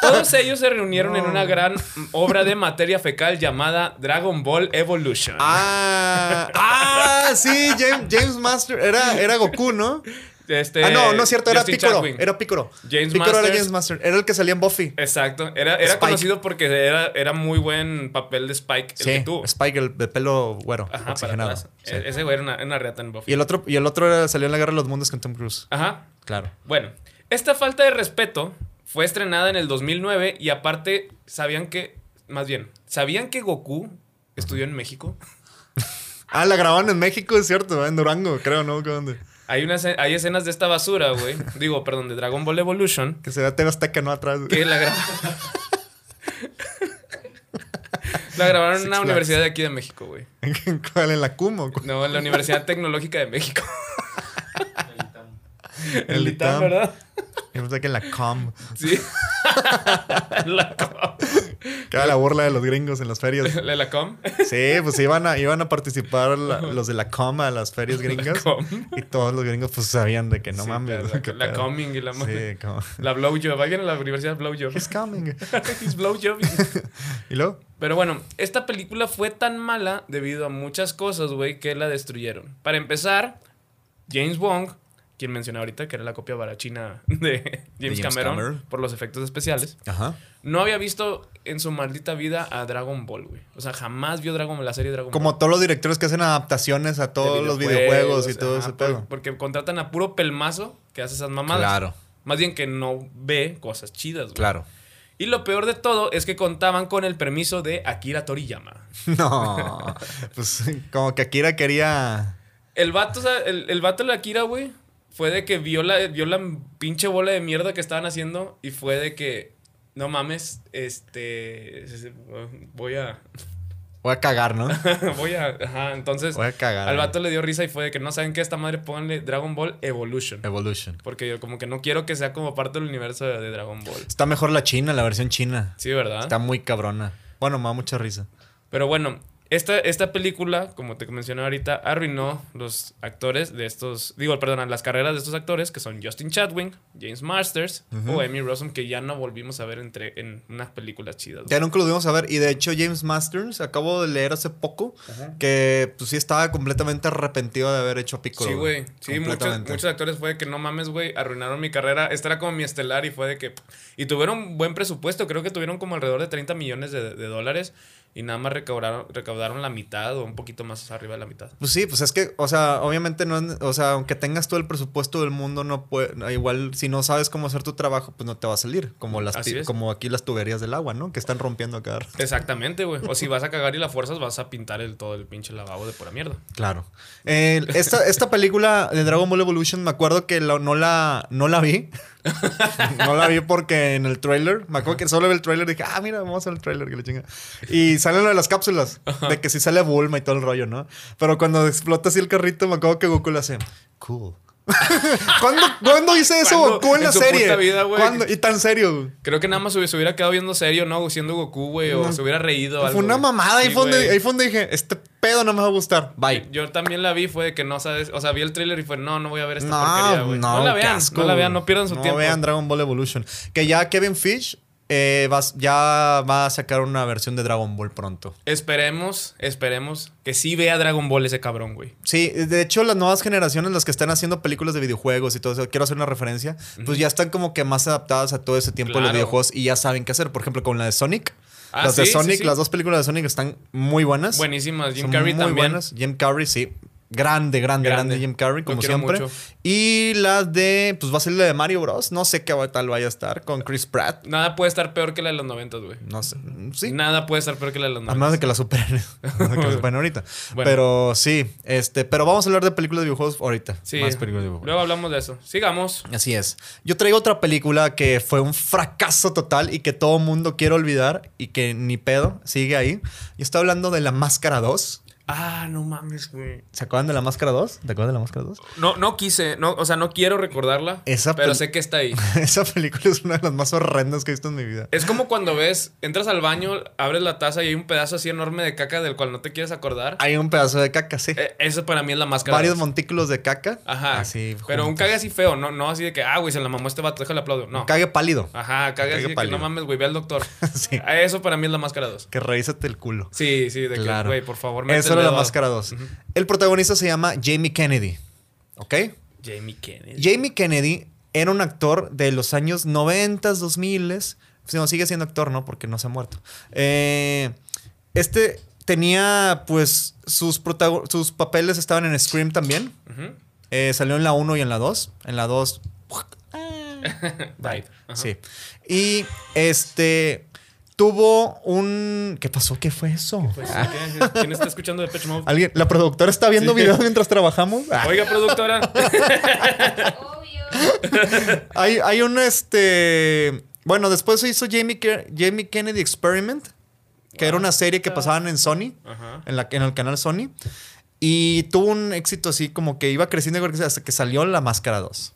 [SPEAKER 3] Todos ellos se reunieron en
[SPEAKER 4] No.
[SPEAKER 3] una gran obra de materia fecal llamada Dragon Ball Evolution.
[SPEAKER 4] Ah, ah, sí, James, James Master. Era, era Goku, ¿no?
[SPEAKER 3] Este,
[SPEAKER 4] ah, no, no es cierto, era
[SPEAKER 3] Justin
[SPEAKER 4] Piccolo.
[SPEAKER 3] Chadwick.
[SPEAKER 4] Era Piccolo.
[SPEAKER 3] James
[SPEAKER 4] Piccolo
[SPEAKER 3] Masters.
[SPEAKER 4] era James Master. Era el que salía en Buffy.
[SPEAKER 3] Exacto. Era, era
[SPEAKER 4] Spike.
[SPEAKER 3] conocido porque era, era muy buen papel de Spike el que
[SPEAKER 4] Sí,
[SPEAKER 3] tuvo.
[SPEAKER 4] Spike, el de pelo güero,
[SPEAKER 3] Ajá, para
[SPEAKER 4] oxigenado.
[SPEAKER 3] atrás.
[SPEAKER 4] Sí.
[SPEAKER 3] E- Ese güey era una, una reata en Buffy.
[SPEAKER 4] Y el otro, y el otro era- salió en la Guerra de los Mundos con Tom Cruise.
[SPEAKER 3] Ajá.
[SPEAKER 4] Claro.
[SPEAKER 3] Bueno, esta falta de respeto fue estrenada en el 2009 y aparte sabían que, más bien, ¿sabían que Goku estudió en México?
[SPEAKER 4] Ah, la grabaron en México, es cierto, en Durango, creo, ¿no? ¿Qué onda?
[SPEAKER 3] Hay, unas, hay escenas de esta basura, güey. Digo, perdón, de Dragon Ball Evolution.
[SPEAKER 4] Que se vea TV Azteca, ¿no? Atrás.
[SPEAKER 3] Que la grabaron. La grabaron en una
[SPEAKER 4] Flags.
[SPEAKER 3] universidad de aquí de México, güey.
[SPEAKER 4] ¿Cuál en la Cumo? ¿Cuál?
[SPEAKER 3] No, en la Universidad Tecnológica de México.
[SPEAKER 4] En
[SPEAKER 3] El
[SPEAKER 4] el
[SPEAKER 3] ITAM,
[SPEAKER 4] ITAM.
[SPEAKER 3] ¿verdad?
[SPEAKER 4] Yo pensé que en la Com.
[SPEAKER 3] Sí. la com.
[SPEAKER 4] Que era la burla de los gringos en las ferias.
[SPEAKER 3] ¿La, la com?
[SPEAKER 4] Sí, pues iban a, iban a participar la- los de la com a las ferias gringas.
[SPEAKER 3] com.
[SPEAKER 4] Y todos los gringos pues sabían de que no
[SPEAKER 3] Sí,
[SPEAKER 4] mames.
[SPEAKER 3] La,
[SPEAKER 4] qué
[SPEAKER 3] la
[SPEAKER 4] pedo.
[SPEAKER 3] coming y la madre.
[SPEAKER 4] Sí, como,
[SPEAKER 3] La blowjob. Alguien en la universidad blowjob.
[SPEAKER 4] He's coming.
[SPEAKER 3] It's blowjob.
[SPEAKER 4] Y luego,
[SPEAKER 3] Pero bueno, esta película fue tan mala debido a muchas cosas, güey, que la destruyeron. Para empezar, James Wong, quien mencioné ahorita que era la copia barachina de James,
[SPEAKER 4] James
[SPEAKER 3] Cameron,
[SPEAKER 4] Cameron.
[SPEAKER 3] por los efectos especiales,
[SPEAKER 4] ajá.
[SPEAKER 3] no había visto en su maldita vida a Dragon Ball, güey. O sea, jamás vio Dragon la serie Dragon Ball.
[SPEAKER 4] Como todos los directores que hacen adaptaciones a
[SPEAKER 3] de
[SPEAKER 4] todos los videojuegos y todo
[SPEAKER 3] ajá,
[SPEAKER 4] ese
[SPEAKER 3] por-
[SPEAKER 4] pedo.
[SPEAKER 3] Porque contratan a puro pelmazo que hace esas mamadas.
[SPEAKER 1] Claro,
[SPEAKER 3] Más bien que no ve cosas chidas, güey.
[SPEAKER 1] claro.
[SPEAKER 3] Y lo peor de todo es que contaban con el permiso de Akira Toriyama.
[SPEAKER 4] No. Pues como que Akira quería.
[SPEAKER 3] El vato, o sea, el, el vato de la Akira, güey, fue de que vio la, vio la pinche bola de mierda que estaban haciendo y fue de que, no mames, este, se- se- voy a,
[SPEAKER 4] Voy a cagar, ¿no?
[SPEAKER 3] voy a, ajá, entonces
[SPEAKER 4] Voy a cagar.
[SPEAKER 3] al vato le dio risa y fue de que, no saben qué, esta madre, pónganle Dragon Ball Evolution.
[SPEAKER 1] Evolution.
[SPEAKER 3] Porque yo como que no quiero que sea como parte del universo de, de Dragon Ball.
[SPEAKER 4] Está mejor la china, la versión china.
[SPEAKER 3] Sí, ¿verdad?
[SPEAKER 4] Está muy cabrona. Bueno, me da mucha risa.
[SPEAKER 3] Pero bueno, esta, esta película, como te mencioné ahorita, arruinó los actores de estos, digo, perdón, las carreras de estos actores, que son Justin Chadwick, James Masters
[SPEAKER 4] Ujú.
[SPEAKER 3] o Emmy Rossum, que ya no volvimos a ver entre, en unas películas chidas.
[SPEAKER 4] Ya nunca lo vimos a ver. Y de hecho, James Masters, acabo de leer hace poco que pues sí estaba completamente arrepentido de haber hecho a Piccolo.
[SPEAKER 3] Sí, güey. Sí, muchos,
[SPEAKER 4] Completamente.
[SPEAKER 3] muchos actores fue de que no mames, güey, arruinaron mi carrera. Esta era como mi estelar y fue de que. Y tuvieron buen presupuesto, creo que tuvieron como alrededor de 30 millones de, de dólares y nada más recaudaron, recaudaron la mitad o un poquito más arriba de la mitad.
[SPEAKER 4] Pues sí, pues es que, o sea, obviamente no, es- o sea, aunque tengas todo el presupuesto del mundo, no puede, no, igual si no sabes cómo hacer tu trabajo, pues no te va a salir, como las,
[SPEAKER 3] Así
[SPEAKER 4] ti-
[SPEAKER 3] es.
[SPEAKER 4] como aquí las tuberías del agua, ¿no? Que están rompiendo acá.
[SPEAKER 3] Exactamente, güey. O si vas a cagar y la fuerzas, vas a pintar el todo el pinche lavabo de pura mierda.
[SPEAKER 4] Claro. Eh, esta, esta película de Dragon Ball Evolution, me acuerdo que la- no, la, no la vi. no la vi porque en el trailer, me acuerdo que solo vi el trailer y dije, ah, mira, vamos a ver el trailer, que le chinga. Y sale lo de las cápsulas, de que si sale Bulma y todo el rollo, ¿no? Pero cuando explota así el carrito, me acuerdo que Goku le hace, cool. ¿Cuándo, ¿Cuándo hice eso
[SPEAKER 3] ¿Cuándo?
[SPEAKER 4] Goku en la
[SPEAKER 3] En su
[SPEAKER 4] serie?
[SPEAKER 3] puta vida, güey.
[SPEAKER 4] ¿Cuándo? Y tan serio.
[SPEAKER 3] Creo que nada más se se hubiera quedado viendo serio, ¿no? Siendo Goku, güey, o
[SPEAKER 4] No.
[SPEAKER 3] se hubiera reído. o
[SPEAKER 4] Pues Fue
[SPEAKER 3] algo,
[SPEAKER 4] una
[SPEAKER 3] güey.
[SPEAKER 4] mamada. ahí,
[SPEAKER 3] Sí,
[SPEAKER 4] fue donde,
[SPEAKER 3] güey.
[SPEAKER 4] ahí fue donde dije, este pedo no me va a gustar. Bye.
[SPEAKER 3] Yo también la vi, fue de que no sabes. O sea, vi el tráiler y fue, no, no voy a ver esta porquería,
[SPEAKER 4] No,
[SPEAKER 3] güey.
[SPEAKER 4] no,
[SPEAKER 3] la
[SPEAKER 4] qué
[SPEAKER 3] vean,
[SPEAKER 4] asco,
[SPEAKER 3] no la
[SPEAKER 4] güey.
[SPEAKER 3] vean, no pierdan su
[SPEAKER 4] no
[SPEAKER 3] tiempo.
[SPEAKER 4] vean Dragon Ball Evolution. Que ya Kevin Fish eh, va- ya va a sacar una versión de Dragon Ball pronto.
[SPEAKER 3] Esperemos, esperemos que sí vea Dragon Ball ese cabrón, güey.
[SPEAKER 4] Sí, de hecho, las nuevas generaciones, las que están haciendo películas de videojuegos y todo eso, quiero hacer una referencia, pues ya están como que más adaptadas a todo ese tiempo de los
[SPEAKER 3] Claro.
[SPEAKER 4] videojuegos y ya saben qué hacer. Por ejemplo, con la de Sonic.
[SPEAKER 3] Ah,
[SPEAKER 4] las de
[SPEAKER 3] sí, sí,
[SPEAKER 4] Sonic,
[SPEAKER 3] sí.
[SPEAKER 4] las dos películas de Sonic están muy buenas.
[SPEAKER 3] Buenísimas. Jim
[SPEAKER 4] Son
[SPEAKER 3] Carrey
[SPEAKER 4] muy
[SPEAKER 3] también.
[SPEAKER 4] buenas. Jim Carrey, sí. Grande, grande,
[SPEAKER 3] Grande.
[SPEAKER 4] grande Jim Carrey,
[SPEAKER 3] Lo
[SPEAKER 4] como
[SPEAKER 3] quiero
[SPEAKER 4] siempre.
[SPEAKER 3] mucho.
[SPEAKER 4] Y las de, pues va a ser la de Mario Bros. No sé qué tal vaya a estar con Chris Pratt.
[SPEAKER 3] Nada puede estar peor que la de los noventas, güey.
[SPEAKER 4] No sé. Sí.
[SPEAKER 3] Nada puede estar peor que la de los
[SPEAKER 4] A
[SPEAKER 3] noventas.
[SPEAKER 4] menos de que la superen. A menos de que la superen ahorita.
[SPEAKER 3] Bueno.
[SPEAKER 4] Pero sí, este, pero vamos a hablar de películas de videojuegos ahorita.
[SPEAKER 3] Sí.
[SPEAKER 4] Más películas de videojuegos.
[SPEAKER 3] Luego hablamos de eso. Sigamos.
[SPEAKER 4] Así es. Yo traigo otra película que fue un fracaso total y que todo mundo quiere olvidar y que ni pedo sigue ahí. Yo estoy hablando de La Máscara 2.
[SPEAKER 3] Ah, no mames, güey.
[SPEAKER 4] ¿Se acuerdan de La Máscara 2? ¿Te acuerdas de La Máscara 2?
[SPEAKER 3] No, no quise, no, o sea, no quiero recordarla,
[SPEAKER 4] Esa
[SPEAKER 3] pero
[SPEAKER 4] pel-
[SPEAKER 3] sé que está ahí.
[SPEAKER 4] Esa película es una de las más horrendas que he visto en mi vida.
[SPEAKER 3] Es como cuando ves, entras al baño, abres la taza y hay un pedazo así enorme de caca del cual no te quieres acordar.
[SPEAKER 4] Hay un pedazo de caca, sí.
[SPEAKER 3] Eh, eso para mí es la máscara.
[SPEAKER 4] Varios montículos de caca.
[SPEAKER 3] Ajá.
[SPEAKER 4] Así,
[SPEAKER 3] pero un
[SPEAKER 4] juntos.
[SPEAKER 3] cague así feo, no, no así de que, ah, güey, se la mamó este vato, déjale aplaudo. No. Ah.
[SPEAKER 4] Un cague pálido.
[SPEAKER 3] Ajá, cague
[SPEAKER 4] cague
[SPEAKER 3] así de que
[SPEAKER 4] pálido.
[SPEAKER 3] no mames, güey, ve al doctor.
[SPEAKER 4] Sí.
[SPEAKER 3] Ah, Eso para mí es la máscara 2.
[SPEAKER 4] Que revísate el culo.
[SPEAKER 3] Sí, sí, de que,
[SPEAKER 4] Claro.
[SPEAKER 3] güey, por favor, mete
[SPEAKER 4] Eso
[SPEAKER 3] el
[SPEAKER 4] era la
[SPEAKER 3] dedo.
[SPEAKER 4] máscara 2. El protagonista se llama Jamie Kennedy. ¿Ok?
[SPEAKER 3] Jamie Kennedy.
[SPEAKER 4] Jamie Kennedy era un actor de los años 90, 2000. Si no, sigue siendo actor, ¿no? Porque no se ha muerto. Eh, este tenía, pues, sus, protago- sus papeles estaban en Scream también.
[SPEAKER 3] Ujú.
[SPEAKER 4] Eh, salió en la 1 y en la 2. En la 2.
[SPEAKER 3] Died. Ajá.
[SPEAKER 4] Sí. Y este. Tuvo un. ¿Qué pasó? ¿Qué fue eso?
[SPEAKER 3] Pues, ¿quién- ¿Quién está escuchando de Pech Mode?
[SPEAKER 4] ¿Alguien? ¿La productora está viendo
[SPEAKER 3] Sí.
[SPEAKER 4] videos mientras trabajamos? Ah.
[SPEAKER 3] Oiga, productora.
[SPEAKER 2] Obvio.
[SPEAKER 4] Hay, hay un este. Bueno, después se hizo Jamie, Ke- Jamie Kennedy Experiment. que era una serie que pasaban en Sony,
[SPEAKER 3] Ajá.
[SPEAKER 4] en, la, en el canal Sony. Y tuvo un éxito así como que iba creciendo hasta que salió La Máscara 2.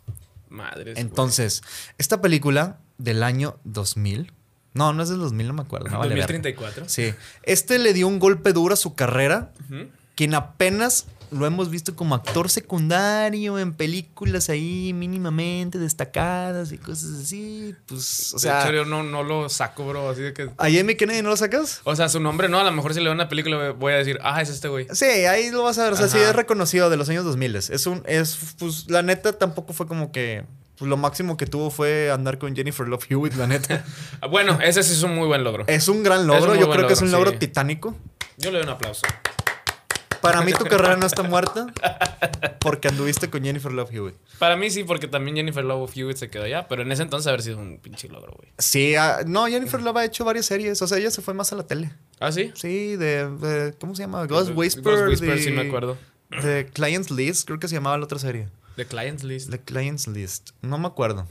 [SPEAKER 3] Madres. güey.
[SPEAKER 4] Entonces, esta película del año 2000. No, no es del 2000, no me acuerdo. pues no vale verga.
[SPEAKER 3] 2034.
[SPEAKER 4] Sí. Este le dio un golpe duro a su carrera,
[SPEAKER 3] Ujú.
[SPEAKER 4] quien apenas lo hemos visto como actor secundario en películas ahí mínimamente destacadas y cosas así. Pues, o
[SPEAKER 3] De
[SPEAKER 4] sea,
[SPEAKER 3] hecho, yo no, no lo saco, bro. Así de que.
[SPEAKER 4] ¿a Jamie Kennedy no lo sacas?
[SPEAKER 3] O sea, su nombre no, a lo mejor si le veo una película voy a decir, ah, es este güey.
[SPEAKER 4] Sí, ahí lo vas a ver. O sea, sí
[SPEAKER 3] Ajá.
[SPEAKER 4] es reconocido de los años 2000. Es un, es, pues, la neta tampoco fue como que. pues, lo máximo que tuvo fue andar con Jennifer Love Hewitt, la neta.
[SPEAKER 3] Ah, Bueno, ese sí es un muy buen logro.
[SPEAKER 4] es un gran
[SPEAKER 3] Es un
[SPEAKER 4] logro.
[SPEAKER 3] muy
[SPEAKER 4] Yo creo
[SPEAKER 3] buen
[SPEAKER 4] que es
[SPEAKER 3] logro,
[SPEAKER 4] un logro
[SPEAKER 3] sí.
[SPEAKER 4] titánico.
[SPEAKER 3] Yo le doy un aplauso.
[SPEAKER 4] Para mí tu carrera no está muerta porque anduviste con Jennifer Love Hewitt.
[SPEAKER 3] Para mí sí, porque también Jennifer Love Hewitt se quedó allá, pero en ese entonces haber sido un pinche logro, güey.
[SPEAKER 4] Sí, ah, no, Jennifer Love ha hecho varias series. O sea, ella se fue más a la tele.
[SPEAKER 3] ¿Ah, sí?
[SPEAKER 4] Sí, de. de- ¿Cómo se llama? Ghost
[SPEAKER 3] Ghost
[SPEAKER 4] Whisper.
[SPEAKER 3] Whisper,
[SPEAKER 4] de-
[SPEAKER 3] sí me acuerdo.
[SPEAKER 4] De Clients List, creo que se llamaba la otra serie.
[SPEAKER 3] The Clients List.
[SPEAKER 4] The Clients List. No me acuerdo.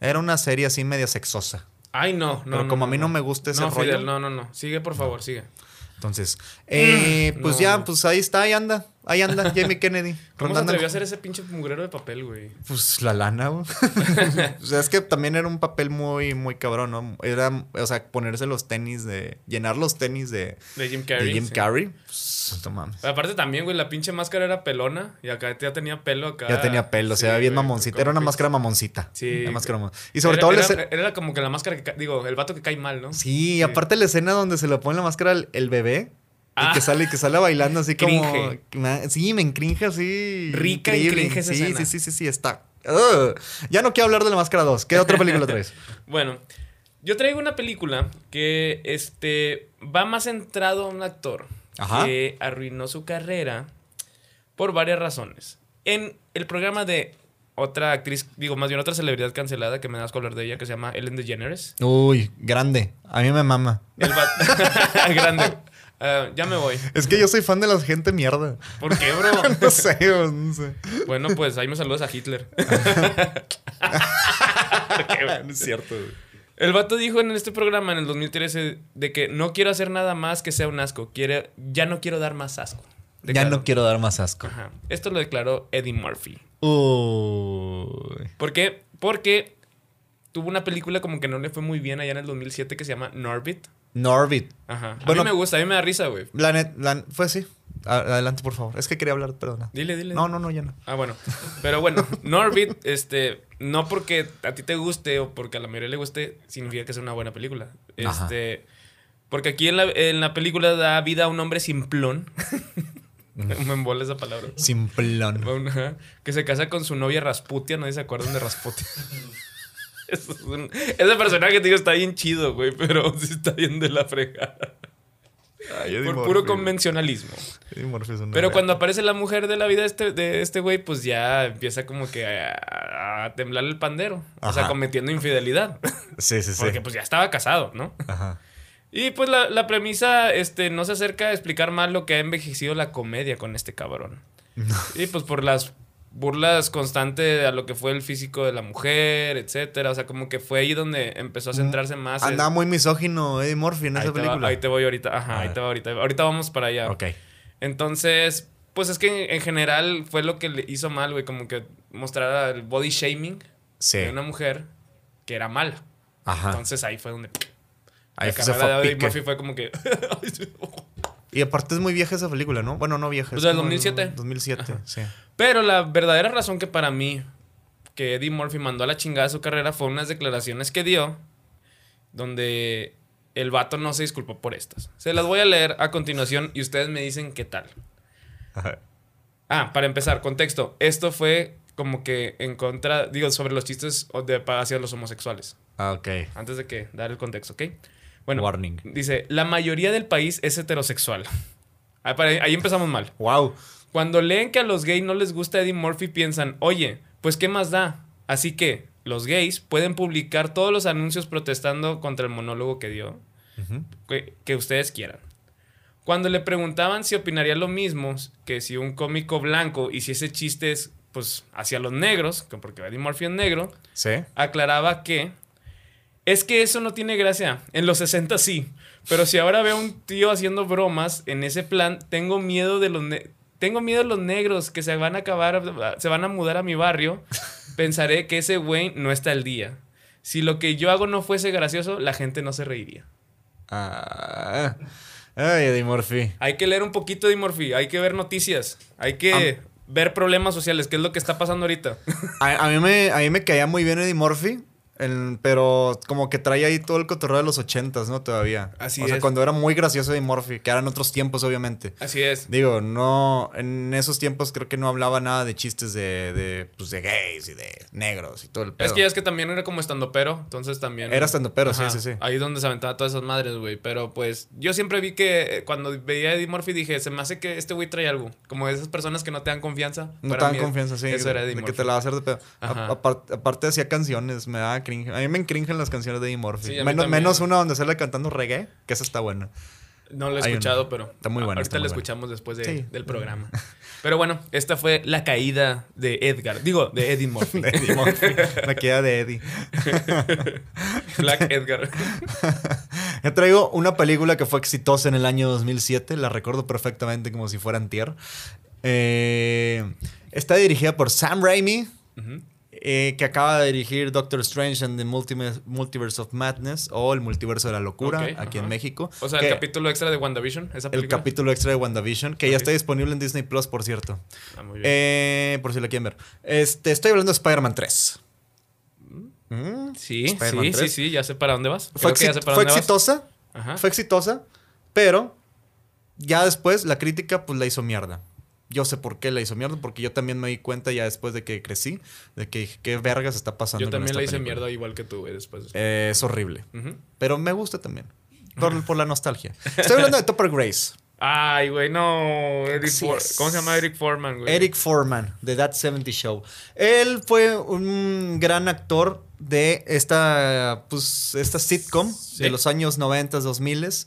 [SPEAKER 4] Era una serie así media sexosa.
[SPEAKER 3] Ay, no, no.
[SPEAKER 4] Pero como a mí no me gusta ese
[SPEAKER 3] no,
[SPEAKER 4] rollo.
[SPEAKER 3] Fidel, no, no, no. Sigue, por favor, sigue.
[SPEAKER 4] Entonces, eh, pues
[SPEAKER 3] No.
[SPEAKER 4] ya, pues ahí está, ahí anda. Ahí anda, Jamie Kennedy.
[SPEAKER 3] ¿Cómo se
[SPEAKER 4] rondando el-
[SPEAKER 3] atrevió a hacer ese pinche mugrero de papel, güey?
[SPEAKER 4] Pues la lana, güey. o sea, es que también era un papel muy, muy cabrón, ¿no? Era, o sea, ponerse los tenis de. llenar los tenis de,
[SPEAKER 3] De Jim
[SPEAKER 4] de
[SPEAKER 3] Carrey.
[SPEAKER 4] Jim
[SPEAKER 3] sí.
[SPEAKER 4] Carrey. Pues, no mames.
[SPEAKER 3] Aparte también, güey, la pinche máscara era pelona y acá ya tenía pelo acá.
[SPEAKER 4] Ya tenía pelo, se
[SPEAKER 3] Ah, Sí,
[SPEAKER 4] veía bien
[SPEAKER 3] güey,
[SPEAKER 4] mamoncita.
[SPEAKER 3] como
[SPEAKER 4] Era una
[SPEAKER 3] pinche-
[SPEAKER 4] máscara mamoncita.
[SPEAKER 3] Sí.
[SPEAKER 4] Una máscara mamon- Y sobre
[SPEAKER 3] era,
[SPEAKER 4] todo. la
[SPEAKER 3] era,
[SPEAKER 4] escena-
[SPEAKER 3] era como que la máscara que ca- digo, el vato que cae mal, ¿no?
[SPEAKER 4] sí, aparte la escena donde se le pone la máscara al- el bebé.
[SPEAKER 3] Ah.
[SPEAKER 4] Y que sale, que sale bailando así como.
[SPEAKER 3] Cringe.
[SPEAKER 4] Ma- Sí, me encringe así.
[SPEAKER 3] Rica y
[SPEAKER 4] increíble.
[SPEAKER 3] cringe esa
[SPEAKER 4] sí,
[SPEAKER 3] escena.
[SPEAKER 4] sí, sí, sí, sí, está. Ugh. Ya no quiero hablar de la máscara 2. ¿Qué otra película traes?
[SPEAKER 3] Bueno, yo traigo una película que este va más centrado a un actor
[SPEAKER 4] Ajá.
[SPEAKER 3] que arruinó su carrera por varias razones. En el programa de otra actriz, digo, más bien otra celebridad cancelada que me das que hablar de ella, que se llama Ellen DeGeneres.
[SPEAKER 4] Uy, grande. A mí me mama.
[SPEAKER 3] El vato. Grande. Ah, ya me voy.
[SPEAKER 4] Es que yo soy fan de la gente mierda.
[SPEAKER 3] ¿Por qué, bro?
[SPEAKER 4] No sé, güey, no sé.
[SPEAKER 3] Bueno, pues ahí me saludas a Hitler. Ah,
[SPEAKER 4] No es cierto. güey.
[SPEAKER 3] El vato dijo en este programa en el 2013 de que no quiero hacer nada más que sea un asco. Quiere, ya no quiero dar más asco.
[SPEAKER 4] Ya
[SPEAKER 3] Declaró.
[SPEAKER 4] no quiero dar más asco.
[SPEAKER 3] Ajá. Esto lo declaró Eddie Murphy.
[SPEAKER 4] Uy.
[SPEAKER 3] ¿Por qué? Porque tuvo una película como que no le fue muy bien allá en el 2007 que se llama Norbit.
[SPEAKER 4] Norbit.
[SPEAKER 3] Ajá. A
[SPEAKER 4] Bueno-
[SPEAKER 3] mí me gusta, a mí me da risa, güey.
[SPEAKER 4] La net, la- fue así. A- Adelante, por favor. Es que quería hablar, perdona.
[SPEAKER 3] Dile, dile.
[SPEAKER 4] No, no, no, ya no.
[SPEAKER 3] Ah, bueno. Pero bueno, Norbit, este, no porque a ti te guste o porque a la mayoría le guste, significa que es una buena película.
[SPEAKER 4] Ajá.
[SPEAKER 3] Este, porque aquí en la, en la película da vida a un hombre simplón. Me embola esa palabra.
[SPEAKER 4] Simplón.
[SPEAKER 3] Una- que se casa con su novia Rasputia, nadie se acuerdan de Rasputia. Eso es un- ese personaje, te digo, está bien chido, güey, pero sí está bien de la fregada.
[SPEAKER 4] Ah,
[SPEAKER 3] Por puro convencionalismo. Pero cuando aparece la mujer de la vida de este, de este güey, pues ya empieza como que a, a temblar el pandero. O sea,
[SPEAKER 4] Ajá.
[SPEAKER 3] cometiendo infidelidad.
[SPEAKER 4] Sí, sí, sí.
[SPEAKER 3] Porque pues ya estaba casado, ¿no?
[SPEAKER 4] Ajá.
[SPEAKER 3] Y pues la, la premisa este, no se acerca a explicar más lo que ha envejecido la comedia con este cabrón. Y pues por las burlas constantes a lo que fue el físico de la mujer, etcétera. O sea, como que fue ahí donde empezó a centrarse más. en-
[SPEAKER 4] Andaba muy misógino Eddie Murphy Mm. en
[SPEAKER 3] ahí,
[SPEAKER 4] esa
[SPEAKER 3] te va-
[SPEAKER 4] película.
[SPEAKER 3] ahí te voy ahorita. Ajá,
[SPEAKER 4] Ah.
[SPEAKER 3] ahí te va ahorita. Ahorita vamos para allá.
[SPEAKER 4] Ok.
[SPEAKER 3] Entonces, pues es que en, en general fue lo que le hizo mal, güey. Como que mostrar el body shaming
[SPEAKER 4] Sí.
[SPEAKER 3] de una mujer que era mala.
[SPEAKER 4] Ajá.
[SPEAKER 3] Entonces ahí fue donde...
[SPEAKER 4] Ahí
[SPEAKER 3] la
[SPEAKER 4] se
[SPEAKER 3] carrera
[SPEAKER 4] fue a
[SPEAKER 3] de Eddie
[SPEAKER 4] pique.
[SPEAKER 3] Murphy fue como que...
[SPEAKER 4] Y aparte es muy vieja esa película, ¿no? Bueno, no vieja.
[SPEAKER 3] Pues
[SPEAKER 4] es
[SPEAKER 3] del
[SPEAKER 4] como el
[SPEAKER 3] 2007.
[SPEAKER 4] 2007, sí.
[SPEAKER 3] Pero la verdadera razón que para mí que Eddie Murphy mandó a la chingada su carrera fue unas declaraciones que dio donde el vato no se disculpó por estas. Se las voy a leer a continuación y ustedes me dicen qué tal. Ah, para empezar, contexto. Esto fue como que en contra, digo, sobre los chistes o de hacia los homosexuales.
[SPEAKER 4] Ah, ok.
[SPEAKER 3] Antes de que dar el contexto, ¿ok? Bueno,
[SPEAKER 4] Warning.
[SPEAKER 3] dice, la mayoría del país es heterosexual. Ah, para- Ahí empezamos mal.
[SPEAKER 4] Wow.
[SPEAKER 3] Cuando leen que a los gays no les gusta Eddie Murphy, piensan, oye, pues qué más da. Así que los gays pueden publicar todos los anuncios protestando contra el monólogo que dio, que, que ustedes quieran. Cuando le preguntaban si opinaría lo mismo que si un cómico blanco hiciese chistes pues, hacia los negros, que porque Eddie Murphy es negro,
[SPEAKER 4] Sí.
[SPEAKER 3] aclaraba que es que eso no tiene gracia. En los 60 sí, Pero si ahora veo a un tío haciendo bromas en ese plan, tengo miedo de los ne- tengo miedo de los negros que se van a acabar, se van a mudar a mi barrio. Pensaré que ese güey no está al día. Si lo que yo hago no fuese gracioso, la gente no se reiría.
[SPEAKER 4] Ah, ay, Eddie Murphy.
[SPEAKER 3] Hay que leer un poquito de Murphy, hay que ver noticias, hay que ver problemas sociales, que es lo que está pasando ahorita.
[SPEAKER 4] A, a mí me, a mí me caía muy bien Eddie Murphy, el- pero como que traía ahí todo el cotorreo de los ochentas, ¿no? Todavía.
[SPEAKER 3] Así
[SPEAKER 4] o sea,
[SPEAKER 3] es.
[SPEAKER 4] cuando era muy gracioso Eddie Murphy, que eran otros tiempos, obviamente.
[SPEAKER 3] Así es.
[SPEAKER 4] Digo, no, en esos tiempos creo que no hablaba nada de chistes de, de, pues, de gays y de negros y todo el pedo.
[SPEAKER 3] Es que ya es que también era como estando pero, entonces también.
[SPEAKER 4] Era estandopero, sí,
[SPEAKER 3] Ajá,
[SPEAKER 4] sí, sí.
[SPEAKER 3] Ahí es donde se aventaba todas esas madres, güey. Pero pues yo siempre vi que eh, cuando veía a Eddie Murphy dije, se me hace que este güey trae algo. Como esas personas que no te dan confianza.
[SPEAKER 4] No
[SPEAKER 3] Para
[SPEAKER 4] te dan
[SPEAKER 3] mí,
[SPEAKER 4] confianza, sí.
[SPEAKER 3] Eso era Eddie
[SPEAKER 4] de
[SPEAKER 3] Murphy.
[SPEAKER 4] que te la va a hacer de pedo. A-
[SPEAKER 3] Ajá.
[SPEAKER 4] apart- aparte hacía canciones, me daba cringe. A mí me encringen las canciones de Eddie Murphy.
[SPEAKER 3] Sí, a mí
[SPEAKER 4] menos,
[SPEAKER 3] también.
[SPEAKER 4] menos una donde sale cantando reggae, que esa está buena.
[SPEAKER 3] No lo he
[SPEAKER 4] Hay
[SPEAKER 3] escuchado,
[SPEAKER 4] una.
[SPEAKER 3] pero.
[SPEAKER 4] Está muy buena,
[SPEAKER 3] Ahorita
[SPEAKER 4] está
[SPEAKER 3] la
[SPEAKER 4] muy buena.
[SPEAKER 3] escuchamos después de-
[SPEAKER 4] Sí.
[SPEAKER 3] del programa. Pero bueno, esta fue la caída de Edgar. Digo, de Eddie Murphy.
[SPEAKER 4] De Eddie Murphy. La queda de Eddie.
[SPEAKER 3] Black Edgar.
[SPEAKER 4] Yo traigo una película que fue exitosa en el año 2007. La recuerdo perfectamente como si fuera antier. Eh, está dirigida por Sam Raimi.
[SPEAKER 3] Ujú.
[SPEAKER 4] eh, que acaba de dirigir Doctor Strange and the Multime- Multiverse of Madness o El Multiverso de la Locura
[SPEAKER 3] Ok,
[SPEAKER 4] aquí
[SPEAKER 3] ajá.
[SPEAKER 4] en México.
[SPEAKER 3] O sea,
[SPEAKER 4] que-
[SPEAKER 3] el capítulo extra de WandaVision, esa
[SPEAKER 4] El
[SPEAKER 3] película.
[SPEAKER 4] capítulo extra de WandaVision, que ya
[SPEAKER 3] Ok.
[SPEAKER 4] está disponible en Disney Plus, por cierto.
[SPEAKER 3] Ah, muy bien.
[SPEAKER 4] Eh, por si la quieren ver. Este, estoy hablando de Spider-Man 3. Mm.
[SPEAKER 3] sí,
[SPEAKER 4] Spider-Man
[SPEAKER 3] sí, sí,
[SPEAKER 4] 3.
[SPEAKER 3] sí, ya sé para dónde vas.
[SPEAKER 4] Fue,
[SPEAKER 3] Creo que ya
[SPEAKER 4] exi-
[SPEAKER 3] sé para
[SPEAKER 4] fue
[SPEAKER 3] dónde vas. Ah.
[SPEAKER 4] exitosa,
[SPEAKER 3] Ajá.
[SPEAKER 4] fue exitosa, pero ya después la crítica pues la hizo mierda. Yo sé por qué la hizo mierda, porque yo también me di cuenta ya después de que crecí, de que dije, qué vergas está pasando.
[SPEAKER 3] Yo
[SPEAKER 4] con
[SPEAKER 3] también
[SPEAKER 4] esta
[SPEAKER 3] la hice
[SPEAKER 4] película?".
[SPEAKER 3] mierda igual que tú, güey, después.
[SPEAKER 4] Eh, es horrible,
[SPEAKER 3] Ujú.
[SPEAKER 4] pero me gusta también, por, por la nostalgia. Estoy hablando de Topper Grace.
[SPEAKER 3] Ay, güey, no. Eric
[SPEAKER 4] Así
[SPEAKER 3] For-
[SPEAKER 4] es.
[SPEAKER 3] ¿Cómo se llama Eric Foreman, güey?
[SPEAKER 4] Eric Foreman, de That 70 Show. Él fue un gran actor de esta, pues, esta sitcom
[SPEAKER 3] Sí.
[SPEAKER 4] de los años 90, 2000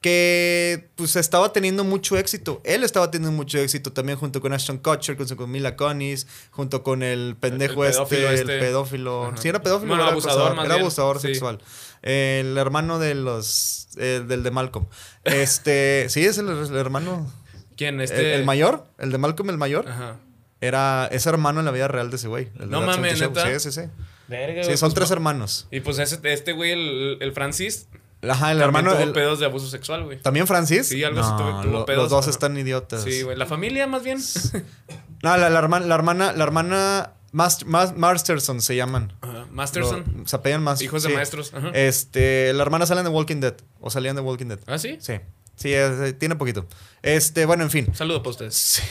[SPEAKER 4] que pues estaba teniendo mucho éxito. Él estaba teniendo mucho éxito también junto con Ashton Kutcher, junto con Mila Kunis, junto con el pendejo
[SPEAKER 3] El- el
[SPEAKER 4] este,
[SPEAKER 3] pedófilo
[SPEAKER 4] el
[SPEAKER 3] este.
[SPEAKER 4] pedófilo.
[SPEAKER 3] Ajá.
[SPEAKER 4] Sí, era pedófilo,
[SPEAKER 3] Bueno,
[SPEAKER 4] o era
[SPEAKER 3] abusador,
[SPEAKER 4] acosador?
[SPEAKER 3] más
[SPEAKER 4] era
[SPEAKER 3] bien.
[SPEAKER 4] abusador
[SPEAKER 3] Sí.
[SPEAKER 4] sexual. El hermano de los eh, del de Malcolm. Este, sí es el, el hermano
[SPEAKER 3] ¿Quién?
[SPEAKER 4] el-
[SPEAKER 3] Este.
[SPEAKER 4] eh, el, mayor, el de Malcolm el mayor.
[SPEAKER 3] Ajá.
[SPEAKER 4] Era, es hermano en la vida real de ese güey. el de
[SPEAKER 3] No
[SPEAKER 4] That
[SPEAKER 3] mames,
[SPEAKER 4] 70 Show.
[SPEAKER 3] ¿neta?
[SPEAKER 4] Sí, sí, sí.
[SPEAKER 3] Verga,
[SPEAKER 4] Sí, son tres hermanos.
[SPEAKER 3] Y pues ese- este güey, el, el Francis,
[SPEAKER 4] Ajá, el
[SPEAKER 3] también
[SPEAKER 4] hermano.
[SPEAKER 3] tuvo
[SPEAKER 4] el-
[SPEAKER 3] pedos de abuso sexual, güey.
[SPEAKER 4] ¿También Francis?
[SPEAKER 3] Sí, algo así
[SPEAKER 4] No,
[SPEAKER 3] tuvo- tuvo
[SPEAKER 4] lo-
[SPEAKER 3] pedos,
[SPEAKER 4] Los dos
[SPEAKER 3] ajá.
[SPEAKER 4] están idiotas.
[SPEAKER 3] Sí, güey. La familia, más bien.
[SPEAKER 4] No, la, la hermana, la hermana, la hermana Mas- Mas- Masterson se llaman.
[SPEAKER 3] Ajá. Masterson.
[SPEAKER 4] Lo- se apellan más.
[SPEAKER 3] Hijos de maestros, ajá.
[SPEAKER 4] Este, la hermana salen de Walking Dead. O salían de Walking Dead.
[SPEAKER 3] ¿Ah, sí?
[SPEAKER 4] Sí. Sí, es- eh, tiene poquito. Este, bueno, en fin.
[SPEAKER 3] Saludo para ustedes.
[SPEAKER 4] Sí.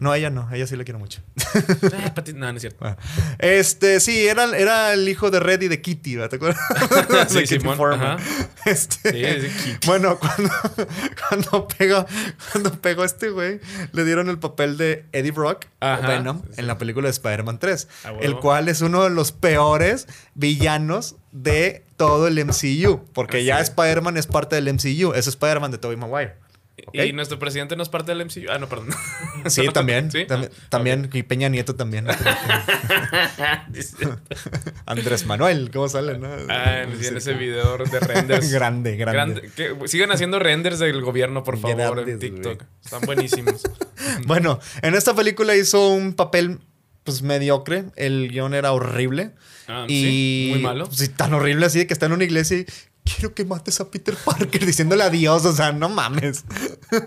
[SPEAKER 4] No, ella no, ella sí la quiero mucho.
[SPEAKER 3] Ah, pati- no, no es cierto.
[SPEAKER 4] Bueno, Este, sí, era, era el hijo de Red y de Kitty, ¿verdad? ¿te acuerdas?
[SPEAKER 3] Sí,
[SPEAKER 4] de Kitty
[SPEAKER 3] Simón,
[SPEAKER 4] Foreman.
[SPEAKER 3] ajá.
[SPEAKER 4] Este,
[SPEAKER 3] Sí, sí, Kitty.
[SPEAKER 4] Bueno, cuando, cuando pegó, cuando pegó este güey, le dieron el papel de Eddie Brock, o
[SPEAKER 3] Ajá.
[SPEAKER 4] Venom,
[SPEAKER 3] Sí, sí.
[SPEAKER 4] en la película de Spider-Man 3,
[SPEAKER 3] Ah, huevo.
[SPEAKER 4] el cual es uno de los peores villanos de todo el MCU, porque
[SPEAKER 3] Así
[SPEAKER 4] ya
[SPEAKER 3] es.
[SPEAKER 4] Spider-Man es parte del MCU, es Spider-Man de Tobey Maguire. ¿ok?
[SPEAKER 3] Y nuestro presidente no es parte del MCU. Ah, no, perdón.
[SPEAKER 4] Sí, también.
[SPEAKER 3] ¿Sí? Ah,
[SPEAKER 4] También, también, Y Peña Nieto también. Andrés Manuel, ¿cómo sale? no?
[SPEAKER 3] Ah, en, en ese video de renders.
[SPEAKER 4] Grande, grande.
[SPEAKER 3] Grande. Que sigan haciendo renders del gobierno, por favor, en
[SPEAKER 4] Grandes,
[SPEAKER 3] TikTok.
[SPEAKER 4] güey.
[SPEAKER 3] Están buenísimos.
[SPEAKER 4] Bueno, en esta película hizo un papel pues mediocre. El guión era horrible.
[SPEAKER 3] Ah,
[SPEAKER 4] y
[SPEAKER 3] sí, muy malo.
[SPEAKER 4] Sí, tan horrible así de que está en una iglesia y quiero que mates a Peter Parker diciéndole adiós. O sea, no mames.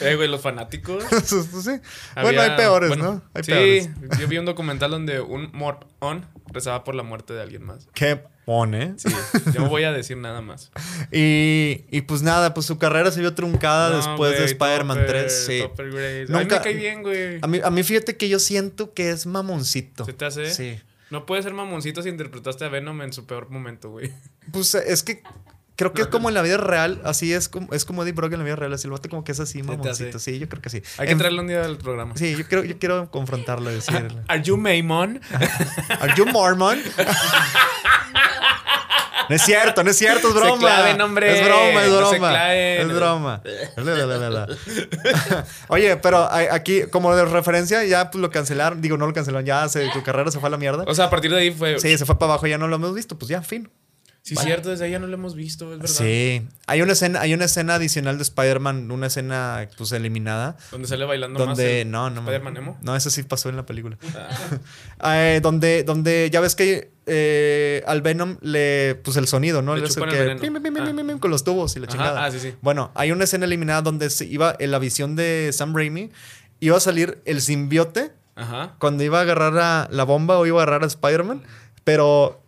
[SPEAKER 3] Eh, güey, los fanáticos.
[SPEAKER 4] Sí. Bueno,
[SPEAKER 3] Había-
[SPEAKER 4] hay peores,
[SPEAKER 3] bueno,
[SPEAKER 4] ¿no? Hay
[SPEAKER 3] sí,
[SPEAKER 4] peores.
[SPEAKER 3] yo vi un documental donde un morón rezaba por la muerte de alguien más.
[SPEAKER 4] ¿Qué pone?
[SPEAKER 3] Sí, yo no voy a decir nada más.
[SPEAKER 4] Y, y pues nada, pues su carrera se vio truncada
[SPEAKER 3] No,
[SPEAKER 4] Ah, después de
[SPEAKER 3] güey,
[SPEAKER 4] Spider-Man
[SPEAKER 3] Topper,
[SPEAKER 4] 3. Sí.
[SPEAKER 3] Topper Grace. Ay,
[SPEAKER 4] Nunca-
[SPEAKER 3] me cae bien, güey.
[SPEAKER 4] A mí, a mí fíjate que yo siento que es mamoncito.
[SPEAKER 3] ¿Se te hace?
[SPEAKER 4] Sí.
[SPEAKER 3] No puedes ser mamoncito si interpretaste a Venom en su peor momento, güey.
[SPEAKER 4] Pues es que creo que es como en la vida real, así es como es como Eddie Brock en la vida real, así el vato como que es así
[SPEAKER 3] te
[SPEAKER 4] mamoncito.
[SPEAKER 3] hace?
[SPEAKER 4] Sí, yo creo que sí.
[SPEAKER 3] Hay que
[SPEAKER 4] En-
[SPEAKER 3] traerlo un día al programa.
[SPEAKER 4] Sí, yo creo yo quiero confrontarlo y decirle.
[SPEAKER 3] Are you Maimon?
[SPEAKER 4] Are you Mormon? No es cierto, no es cierto, es
[SPEAKER 3] Se
[SPEAKER 4] broma.
[SPEAKER 3] claven, hombre.
[SPEAKER 4] Es broma, es
[SPEAKER 3] No se
[SPEAKER 4] broma.
[SPEAKER 3] claven.
[SPEAKER 4] es broma. La, la, la, la, la. Oye, pero a- aquí, como de referencia, ya pues, lo cancelaron. Digo, no lo cancelaron, ya se, tu carrera se fue a la mierda.
[SPEAKER 3] O sea, a partir de ahí fue.
[SPEAKER 4] Sí, se fue para abajo, ya no lo hemos visto. Pues ya, fin.
[SPEAKER 3] Sí, es cierto, desde allá no lo hemos visto, es verdad.
[SPEAKER 4] Sí. Hay una escena, hay una escena adicional de Spider-Man, una escena pues eliminada.
[SPEAKER 3] Donde sale bailando más.
[SPEAKER 4] Donde.
[SPEAKER 3] el
[SPEAKER 4] No, no.
[SPEAKER 3] Spider-Man Emo.
[SPEAKER 4] No, eso sí pasó en la película.
[SPEAKER 3] Ah,
[SPEAKER 4] Eh, donde, donde ya ves que eh, al Venom le. Pues el sonido, ¿no?
[SPEAKER 3] Le
[SPEAKER 4] Es
[SPEAKER 3] chupan
[SPEAKER 4] que-
[SPEAKER 3] el veneno.
[SPEAKER 4] pim, pim, pim,
[SPEAKER 3] Ah.
[SPEAKER 4] pim, pim, pim, con los tubos y la
[SPEAKER 3] Ajá,
[SPEAKER 4] chingada.
[SPEAKER 3] ah, sí, sí.
[SPEAKER 4] Bueno, hay una escena eliminada donde se iba en la visión de Sam Raimi. Iba a salir el simbiote
[SPEAKER 3] Ajá.
[SPEAKER 4] cuando iba a agarrar a la bomba o iba a agarrar a Spider-Man. Pero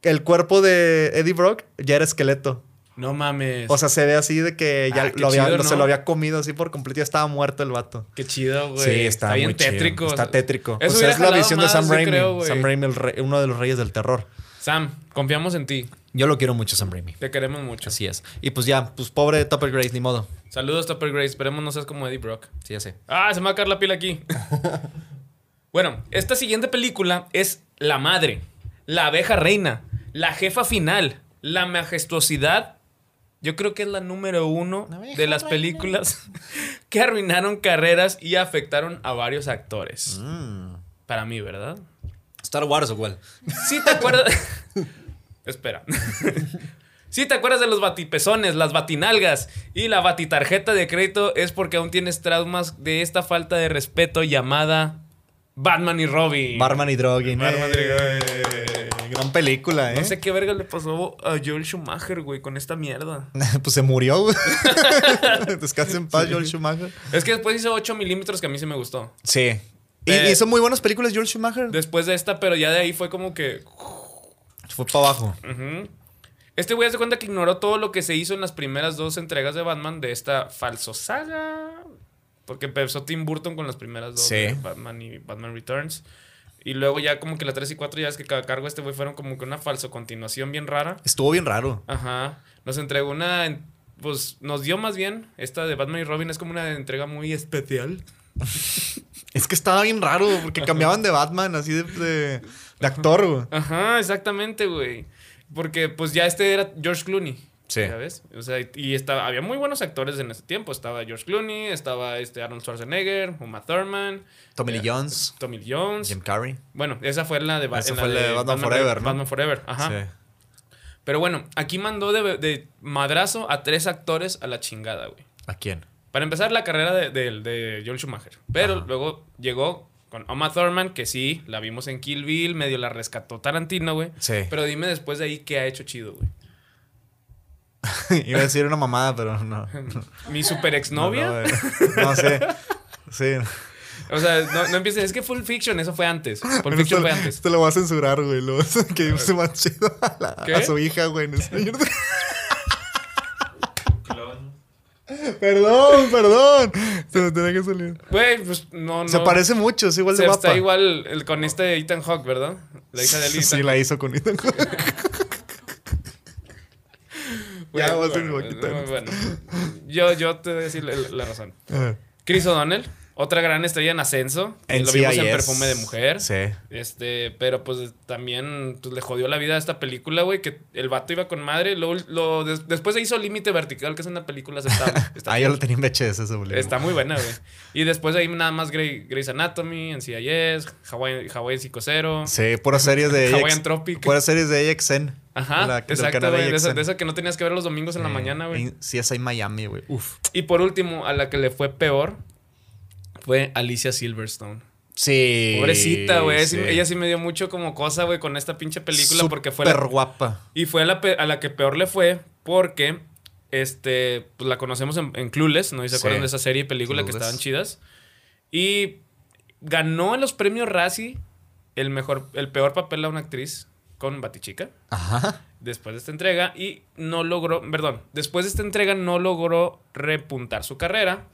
[SPEAKER 4] el cuerpo de Eddie Brock ya era esqueleto.
[SPEAKER 3] No mames.
[SPEAKER 4] O sea, se ve así de que ya
[SPEAKER 3] Ah, qué
[SPEAKER 4] lo había-
[SPEAKER 3] chido,
[SPEAKER 4] no se
[SPEAKER 3] ¿no?
[SPEAKER 4] lo había comido así por completo. Ya estaba muerto el vato.
[SPEAKER 3] Qué chido, güey.
[SPEAKER 4] Sí, está,
[SPEAKER 3] bien
[SPEAKER 4] muy chido.
[SPEAKER 3] tétrico.
[SPEAKER 4] Está tétrico.
[SPEAKER 3] Eso
[SPEAKER 4] o sea,
[SPEAKER 3] hubiera
[SPEAKER 4] es la
[SPEAKER 3] jalado
[SPEAKER 4] visión de
[SPEAKER 3] más,
[SPEAKER 4] Sam
[SPEAKER 3] yo
[SPEAKER 4] Raimi.
[SPEAKER 3] creo, güey.
[SPEAKER 4] Sam Raimi, el re- uno de los reyes del terror.
[SPEAKER 3] Sam, confiamos en ti.
[SPEAKER 4] Yo lo quiero mucho, Sam Raimi.
[SPEAKER 3] Te queremos mucho.
[SPEAKER 4] Así es. Y pues ya, pues pobre Topper Grace, ni modo.
[SPEAKER 3] Saludos, Topper Grace. Esperemos no seas como Eddie Brock.
[SPEAKER 4] Sí, ya sé.
[SPEAKER 3] Ah, se me va a caer la pila aquí. bueno, esta siguiente película es La Madre, La Abeja Reina, La Jefa Final, La Majestuosidad. Yo creo que es la número uno
[SPEAKER 4] La abeja
[SPEAKER 3] de las
[SPEAKER 4] reina.
[SPEAKER 3] películas que arruinaron carreras y afectaron a varios actores.
[SPEAKER 4] Mm.
[SPEAKER 3] Para mí, ¿verdad?
[SPEAKER 4] Star Wars o cuál.
[SPEAKER 3] Sí te acuerdas. Espera. Si te acuerdas de los batipezones, las batinalgas y la batitarjeta de crédito es porque aún tienes traumas de esta falta de respeto llamada Batman y Robin.
[SPEAKER 4] Barman y Droguin.
[SPEAKER 3] Barman y
[SPEAKER 4] Eh, Gran película, ¿eh?
[SPEAKER 3] No sé qué verga le pasó a Joel Schumacher, güey, con esta mierda.
[SPEAKER 4] pues se murió, güey. Descansa en paz, George Schumacher.
[SPEAKER 3] Es que después hizo 8 milímetros que a mí se me gustó.
[SPEAKER 4] Sí. Y,
[SPEAKER 3] Eh,
[SPEAKER 4] hizo muy buenas películas, George Schumacher.
[SPEAKER 3] Después de esta, pero ya de ahí fue como que...
[SPEAKER 4] Fue para abajo.
[SPEAKER 3] ujú. Este güey se cuenta que ignoró todo lo que se hizo en las primeras dos entregas de Batman de esta falso saga. Porque empezó Tim Burton con las primeras dos
[SPEAKER 4] Sí.
[SPEAKER 3] de Batman y Batman Returns. Y luego ya como que la 3 y 4 ya es que cada cargo este güey fueron como que una falso continuación bien rara.
[SPEAKER 4] Estuvo bien raro.
[SPEAKER 3] Ajá. Nos entregó una. Pues nos dio más bien. Esta de Batman y Robin es como una entrega muy especial.
[SPEAKER 4] Es que estaba bien raro, porque cambiaban de Batman, así de, de, de actor, güey.
[SPEAKER 3] Ajá, exactamente, güey. Porque pues ya este era George Clooney.
[SPEAKER 4] Sí.
[SPEAKER 3] ¿Ya ves? O sea, y estaba, había muy buenos actores en ese tiempo. Estaba George Clooney, estaba este Arnold Schwarzenegger, Uma Thurman,
[SPEAKER 4] Tommy Lee
[SPEAKER 3] Ya.
[SPEAKER 4] Jones,
[SPEAKER 3] Tommy Lee Jones.
[SPEAKER 4] Jim Carrey.
[SPEAKER 3] Bueno, esa fue la de, Ba-
[SPEAKER 4] Esa
[SPEAKER 3] en
[SPEAKER 4] fue la de Batman Forever, ¿no?
[SPEAKER 3] Batman Forever, ajá.
[SPEAKER 4] Sí.
[SPEAKER 3] Pero bueno, aquí mandó de, de madrazo a tres actores a la chingada, güey.
[SPEAKER 4] ¿A quién?
[SPEAKER 3] Para empezar, la carrera de, de, de Joel Schumacher. Pero luego llegó con Oma Thurman, que sí, la vimos en Kill Bill, medio la rescató Tarantino, güey.
[SPEAKER 4] Sí.
[SPEAKER 3] Pero dime después de ahí qué ha hecho chido, güey.
[SPEAKER 4] Iba a decir una mamada, pero no.
[SPEAKER 3] Mi super exnovia.
[SPEAKER 4] No, eh. no, no sé. Sí.
[SPEAKER 3] O sea, no, no empieces. Es que Full Fiction, eso fue antes. Full Fiction fue antes.
[SPEAKER 4] Te lo voy a censurar, güey. Lo vas a que se más chido a, la- a
[SPEAKER 3] ¿Qué?
[SPEAKER 4] su hija, güey. en español. perdón, perdón. Se me tenía que salir.
[SPEAKER 3] Güey, pues no, no.
[SPEAKER 4] Se parece mucho, es igual
[SPEAKER 3] Se
[SPEAKER 4] de guapa.
[SPEAKER 3] está igual el- con este Ethan Hawke, ¿verdad? La hija de Ethan.
[SPEAKER 4] Sí, la hizo con Ethan Hawke.
[SPEAKER 3] Güey,
[SPEAKER 4] ya, voy a hacer
[SPEAKER 3] bueno,
[SPEAKER 4] mi boquita.
[SPEAKER 3] bueno, bueno. yo, yo te voy a decir la, la razón.
[SPEAKER 4] Ah.
[SPEAKER 3] Chris O'Donnell, otra gran estrella en ascenso. lo vimos en
[SPEAKER 4] CIS.
[SPEAKER 3] Perfume de Mujer.
[SPEAKER 4] Sí.
[SPEAKER 3] Este, pero pues también pues, le jodió la vida a esta película, güey, que el vato iba con madre. Lo, lo- des- después se hizo Límite Vertical, que es una película aceptable. Está
[SPEAKER 4] Ah, yo lo tenía en VHS, ese boludo.
[SPEAKER 3] Está muy buena, güey. Y después ahí nada más Grey, Grey's Anatomy, NCIS, Hawaii, Hawaii 5
[SPEAKER 4] Sí, puras series de
[SPEAKER 3] Hawaiian
[SPEAKER 4] AX
[SPEAKER 3] Tropic.
[SPEAKER 4] Puras series de AXN.
[SPEAKER 3] Ajá,
[SPEAKER 4] La- del
[SPEAKER 3] exacto,
[SPEAKER 4] canal
[SPEAKER 3] güey. De
[SPEAKER 4] AXN.
[SPEAKER 3] esa, de esa que no tenías que ver los domingos en la mañana, güey.
[SPEAKER 4] Sí, es ahí Miami, güey. Eh, Uf.
[SPEAKER 3] Y por último, a la que le fue peor fue Alicia Silverstone.
[SPEAKER 4] Sí.
[SPEAKER 3] Pobrecita, güey. Sí, Ella sí me dio mucho como cosa, güey, con esta pinche película porque fue
[SPEAKER 4] Súper
[SPEAKER 3] la,
[SPEAKER 4] guapa.
[SPEAKER 3] y fue la pe- a la que peor le fue porque este pues la conocemos en, en Clueless, ¿no? Y se
[SPEAKER 4] Sí.
[SPEAKER 3] acuerdan de esa serie y película que
[SPEAKER 4] Clueless.
[SPEAKER 3] estaban chidas. Y ganó en los premios Razzie el mejor el peor papel a una actriz con Batichica
[SPEAKER 4] Ajá.
[SPEAKER 3] después de esta entrega y no logró, perdón, después de esta entrega no logró repuntar su carrera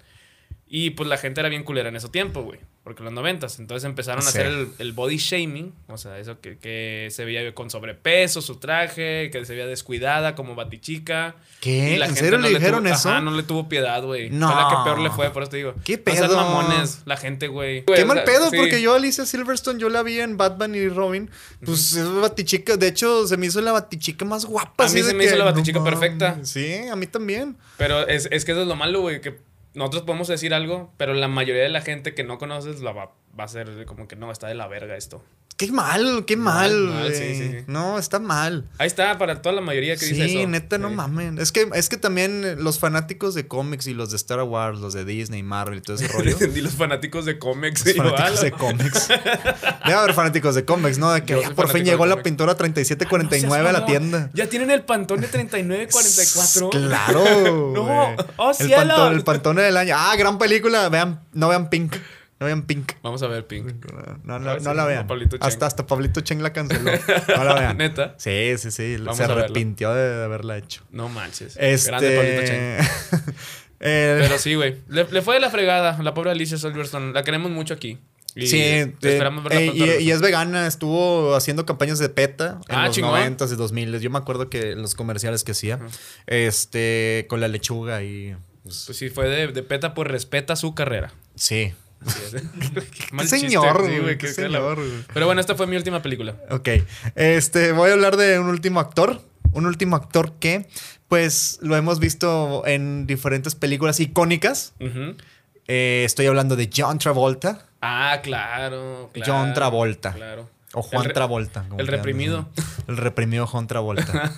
[SPEAKER 3] y pues la gente era bien culera en ese tiempo, güey, porque en los noventas, entonces empezaron a
[SPEAKER 4] Sí.
[SPEAKER 3] hacer el, el body shaming, o sea, eso que, que se veía con sobrepeso, su traje, que se veía descuidada como batichica.
[SPEAKER 4] ¿Qué?
[SPEAKER 3] Y la
[SPEAKER 4] ¿En
[SPEAKER 3] gente
[SPEAKER 4] serio le
[SPEAKER 3] tuvo-
[SPEAKER 4] dijeron eso?
[SPEAKER 3] Ajá, no le tuvo piedad, güey.
[SPEAKER 4] No.
[SPEAKER 3] Fue la que peor le fue, por eso te digo.
[SPEAKER 4] ¿Qué
[SPEAKER 3] No seas
[SPEAKER 4] pedo?
[SPEAKER 3] mamones, la gente, güey.
[SPEAKER 4] Qué
[SPEAKER 3] Güey, o
[SPEAKER 4] mal
[SPEAKER 3] sea,
[SPEAKER 4] pedo,
[SPEAKER 3] sí.
[SPEAKER 4] porque yo a Alicia Silverstone yo la vi en Batman y Robin. Pues es batichica. De hecho, se me hizo la batichica más guapa.
[SPEAKER 3] A mí
[SPEAKER 4] así
[SPEAKER 3] se
[SPEAKER 4] de
[SPEAKER 3] me hizo
[SPEAKER 4] que,
[SPEAKER 3] la Batichica
[SPEAKER 4] no mames.
[SPEAKER 3] perfecta.
[SPEAKER 4] Sí, a mí también.
[SPEAKER 3] Pero es, es que eso es lo malo, güey, que nosotros podemos decir algo, pero la mayoría de la gente que no conoces la va, va a ser como que no, está de la verga esto.
[SPEAKER 4] Qué mal, qué mal.
[SPEAKER 3] mal,
[SPEAKER 4] güey.
[SPEAKER 3] sí, sí, sí.
[SPEAKER 4] No, está mal.
[SPEAKER 3] Ahí está para toda la mayoría que
[SPEAKER 4] Sí,
[SPEAKER 3] dice eso.
[SPEAKER 4] neta, no
[SPEAKER 3] Sí.
[SPEAKER 4] mamen. Es que, es que también los fanáticos de cómics y los de Star Wars, los de Disney, Marvel y todo ese rollo.
[SPEAKER 3] Entendí los fanáticos de cómics.
[SPEAKER 4] Los
[SPEAKER 3] y yo,
[SPEAKER 4] fanáticos
[SPEAKER 3] "Ala".
[SPEAKER 4] de cómics. Debe haber fanáticos de cómics, ¿no? De que
[SPEAKER 3] Yo
[SPEAKER 4] ya
[SPEAKER 3] soy
[SPEAKER 4] por fin
[SPEAKER 3] fanático de
[SPEAKER 4] llegó la
[SPEAKER 3] cómics.
[SPEAKER 4] pintura 3749 a la
[SPEAKER 3] No seas
[SPEAKER 4] tienda.
[SPEAKER 3] mamón. Ya tienen el pantone 3944.
[SPEAKER 4] Claro.
[SPEAKER 3] No.
[SPEAKER 4] güey.
[SPEAKER 3] ¡Oh,
[SPEAKER 4] el,
[SPEAKER 3] cielo!
[SPEAKER 4] pantón, el Pantone del año. Ah, gran película. Vean, no vean Pink. No vean Pink.
[SPEAKER 3] Vamos a ver, Pink.
[SPEAKER 4] No, no,
[SPEAKER 3] ver si
[SPEAKER 4] no la
[SPEAKER 3] no,
[SPEAKER 4] vean.
[SPEAKER 3] Pablito Cheng.
[SPEAKER 4] hasta, hasta Pablito Cheng la canceló. No la vean.
[SPEAKER 3] ¿Neta?
[SPEAKER 4] Sí, sí, sí.
[SPEAKER 3] Vamos
[SPEAKER 4] se
[SPEAKER 3] a verla.
[SPEAKER 4] arrepintió de, de haberla hecho.
[SPEAKER 3] No manches.
[SPEAKER 4] Este.
[SPEAKER 3] Grande Pablito Chen.
[SPEAKER 4] el-
[SPEAKER 3] Pero sí, güey. Le, le fue de la fregada la pobre Alicia Silverstone. La queremos mucho aquí. Y
[SPEAKER 4] sí,
[SPEAKER 3] esperamos
[SPEAKER 4] eh,
[SPEAKER 3] verla
[SPEAKER 4] eh,
[SPEAKER 3] pronto.
[SPEAKER 4] y, y es vegana, estuvo haciendo campañas de PETA en
[SPEAKER 3] Ah,
[SPEAKER 4] los
[SPEAKER 3] chingón.
[SPEAKER 4] 90s y 2000 Yo me acuerdo que en los comerciales que hacía, este, con la lechuga y. pues,
[SPEAKER 3] Pues sí, fue de, de peta, pues respeta su carrera.
[SPEAKER 4] sí.
[SPEAKER 3] Así es. Mal
[SPEAKER 4] Qué
[SPEAKER 3] chiste,
[SPEAKER 4] señor,
[SPEAKER 3] sí,
[SPEAKER 4] güey,
[SPEAKER 3] güey,
[SPEAKER 4] qué
[SPEAKER 3] que- que la-
[SPEAKER 4] señor, güey.
[SPEAKER 3] Pero bueno, esta fue mi última película.
[SPEAKER 4] Ok. Este, voy a hablar de un último actor. Un último actor que, pues, lo hemos visto en diferentes películas icónicas.
[SPEAKER 3] Ujú.
[SPEAKER 4] Eh, estoy hablando de John Travolta
[SPEAKER 3] Ah, claro, claro.
[SPEAKER 4] John Travolta.
[SPEAKER 3] Claro.
[SPEAKER 4] o Juan
[SPEAKER 3] El re-
[SPEAKER 4] Travolta. como
[SPEAKER 3] el
[SPEAKER 4] quieran
[SPEAKER 3] reprimido.
[SPEAKER 4] decirlo. El reprimido Juan Travolta.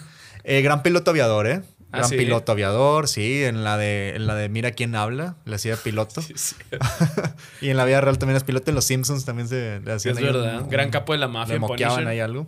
[SPEAKER 4] Eh, gran piloto aviador, ¿eh?
[SPEAKER 3] Ah,
[SPEAKER 4] Gran
[SPEAKER 3] sí.
[SPEAKER 4] piloto aviador, sí. En la, de, en la de Mira quién habla, le hacía piloto.
[SPEAKER 3] Sí, sí.
[SPEAKER 4] y en la vida real también es piloto. En Los Simpsons también se le hacían.
[SPEAKER 3] es
[SPEAKER 4] ahí un-
[SPEAKER 3] verdad.
[SPEAKER 4] un-
[SPEAKER 3] Gran capo de la
[SPEAKER 4] le
[SPEAKER 3] mafia. en
[SPEAKER 4] moqueaban
[SPEAKER 3] Punisher.
[SPEAKER 4] ahí algo.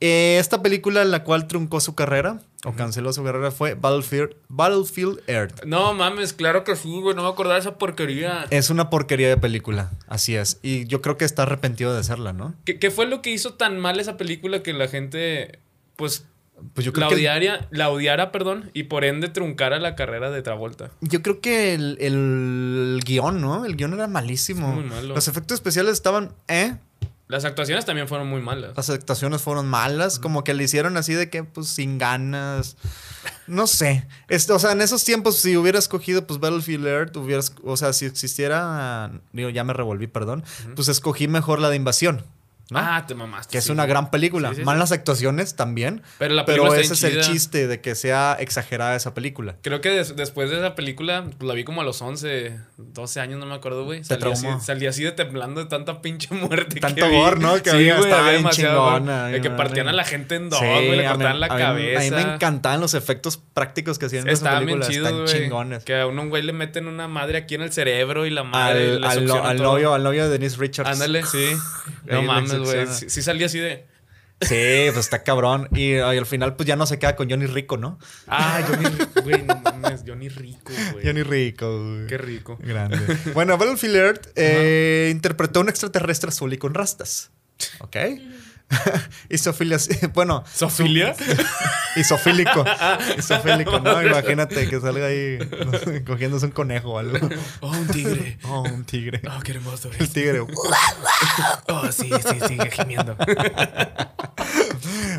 [SPEAKER 4] Eh, esta película en la cual truncó su carrera o canceló su carrera fue Battlefield, Battlefield Earth.
[SPEAKER 3] No mames, claro que sí, güey. No me acordaba de esa porquería.
[SPEAKER 4] Es una porquería de película, así es. Y yo creo que está arrepentido de hacerla, ¿no?
[SPEAKER 3] ¿Qué, qué fue lo que hizo tan mal esa película que la gente, pues,
[SPEAKER 4] Pues yo creo
[SPEAKER 3] la
[SPEAKER 4] que,
[SPEAKER 3] odiara, la odiara, perdón, y por ende truncara la carrera de Travolta?
[SPEAKER 4] Yo creo que el, el guión, ¿no? El guión era malísimo.
[SPEAKER 3] Muy malo.
[SPEAKER 4] Los efectos especiales estaban, ¿eh?
[SPEAKER 3] Las actuaciones también fueron muy malas.
[SPEAKER 4] Las actuaciones fueron malas, como que le hicieron así de que, pues, sin ganas. No sé. Es- o sea, en esos tiempos, si hubiera escogido, pues, Battlefield Earth, hubieras, o sea, si existiera, digo, ya me revolví, perdón, pues escogí mejor la de Invasión, ¿no?
[SPEAKER 3] Ah, te mamaste.
[SPEAKER 4] que es
[SPEAKER 3] sí,
[SPEAKER 4] una
[SPEAKER 3] güey.
[SPEAKER 4] gran película.
[SPEAKER 3] Sí, sí, sí.
[SPEAKER 4] Malas actuaciones también.
[SPEAKER 3] Pero la
[SPEAKER 4] Pero
[SPEAKER 3] película
[SPEAKER 4] ese
[SPEAKER 3] está
[SPEAKER 4] es
[SPEAKER 3] bien
[SPEAKER 4] el
[SPEAKER 3] chida.
[SPEAKER 4] chiste de que sea exagerada esa película.
[SPEAKER 3] Creo que des- después de esa película, pues, la vi como a los 11, 12 años, no me acuerdo, güey. Salí, así-
[SPEAKER 4] traumó.
[SPEAKER 3] salí así de temblando de tanta pinche muerte.
[SPEAKER 4] Tanto
[SPEAKER 3] vi.
[SPEAKER 4] gore, ¿no? Que
[SPEAKER 3] sí,
[SPEAKER 4] había,
[SPEAKER 3] güey,
[SPEAKER 4] estaba
[SPEAKER 3] había
[SPEAKER 4] bien
[SPEAKER 3] demasiado gore.
[SPEAKER 4] chingona,
[SPEAKER 3] De que
[SPEAKER 4] bien
[SPEAKER 3] partían a
[SPEAKER 4] horrible.
[SPEAKER 3] la gente en dos,
[SPEAKER 4] Sí,
[SPEAKER 3] güey, le
[SPEAKER 4] a mí-
[SPEAKER 3] cortaban la
[SPEAKER 4] a mí-
[SPEAKER 3] cabeza.
[SPEAKER 4] A mí, me encantaban los efectos prácticos que hacían en esa
[SPEAKER 3] Estaban bien
[SPEAKER 4] película.
[SPEAKER 3] chidos,
[SPEAKER 4] Están
[SPEAKER 3] güey.
[SPEAKER 4] chingones.
[SPEAKER 3] Que a uno, güey, le meten una madre aquí en el cerebro y la madre.
[SPEAKER 4] Al,
[SPEAKER 3] le
[SPEAKER 4] al,
[SPEAKER 3] succiona
[SPEAKER 4] al
[SPEAKER 3] todo.
[SPEAKER 4] novio, al novio de Denise Richards.
[SPEAKER 3] Ándale, sí.
[SPEAKER 4] Ahí
[SPEAKER 3] No
[SPEAKER 4] le
[SPEAKER 3] mames, güey.
[SPEAKER 4] succiona.
[SPEAKER 3] Sí, sí salí así de.
[SPEAKER 4] Sí, pues está cabrón. Y, y al final, pues ya no se queda con Johnny Rico, ¿no?
[SPEAKER 3] Ah, Johnny Rico, güey, no mames. Johnny Rico, güey.
[SPEAKER 4] Johnny Rico, güey.
[SPEAKER 3] Qué rico.
[SPEAKER 4] Grande. Bueno, Battlefield Earth eh, interpretó a un extraterrestre azul y con rastas. ¿Ok? Isofilia. Bueno.
[SPEAKER 3] ¿Sofilia?
[SPEAKER 4] Isofílico. Isofílico, ¿no? Imagínate que salga ahí ¿no? cogiéndose un conejo o algo.
[SPEAKER 3] Oh, un tigre.
[SPEAKER 4] Oh, un tigre.
[SPEAKER 3] Oh, qué hermoso.
[SPEAKER 4] El tigre.
[SPEAKER 3] Oh, sí, sí, sigue gimiendo.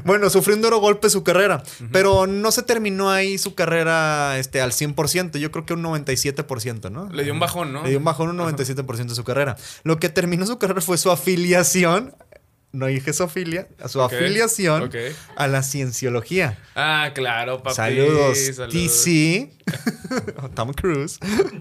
[SPEAKER 4] Bueno, sufrió un duro golpe su carrera, pero no se terminó ahí su carrera este, al 100%, yo creo que un 97%, ¿no?
[SPEAKER 3] Le dio un bajón, ¿no?
[SPEAKER 4] Le dio un bajón un 97% de su carrera. Lo que terminó su carrera fue su afiliación, no dije sofilia, su
[SPEAKER 3] Ok,
[SPEAKER 4] afiliación
[SPEAKER 3] ok.
[SPEAKER 4] a la cienciología.
[SPEAKER 3] Ah, claro, papi.
[SPEAKER 4] saludos,
[SPEAKER 3] saludos.
[SPEAKER 4] TC, o Tom Cruise,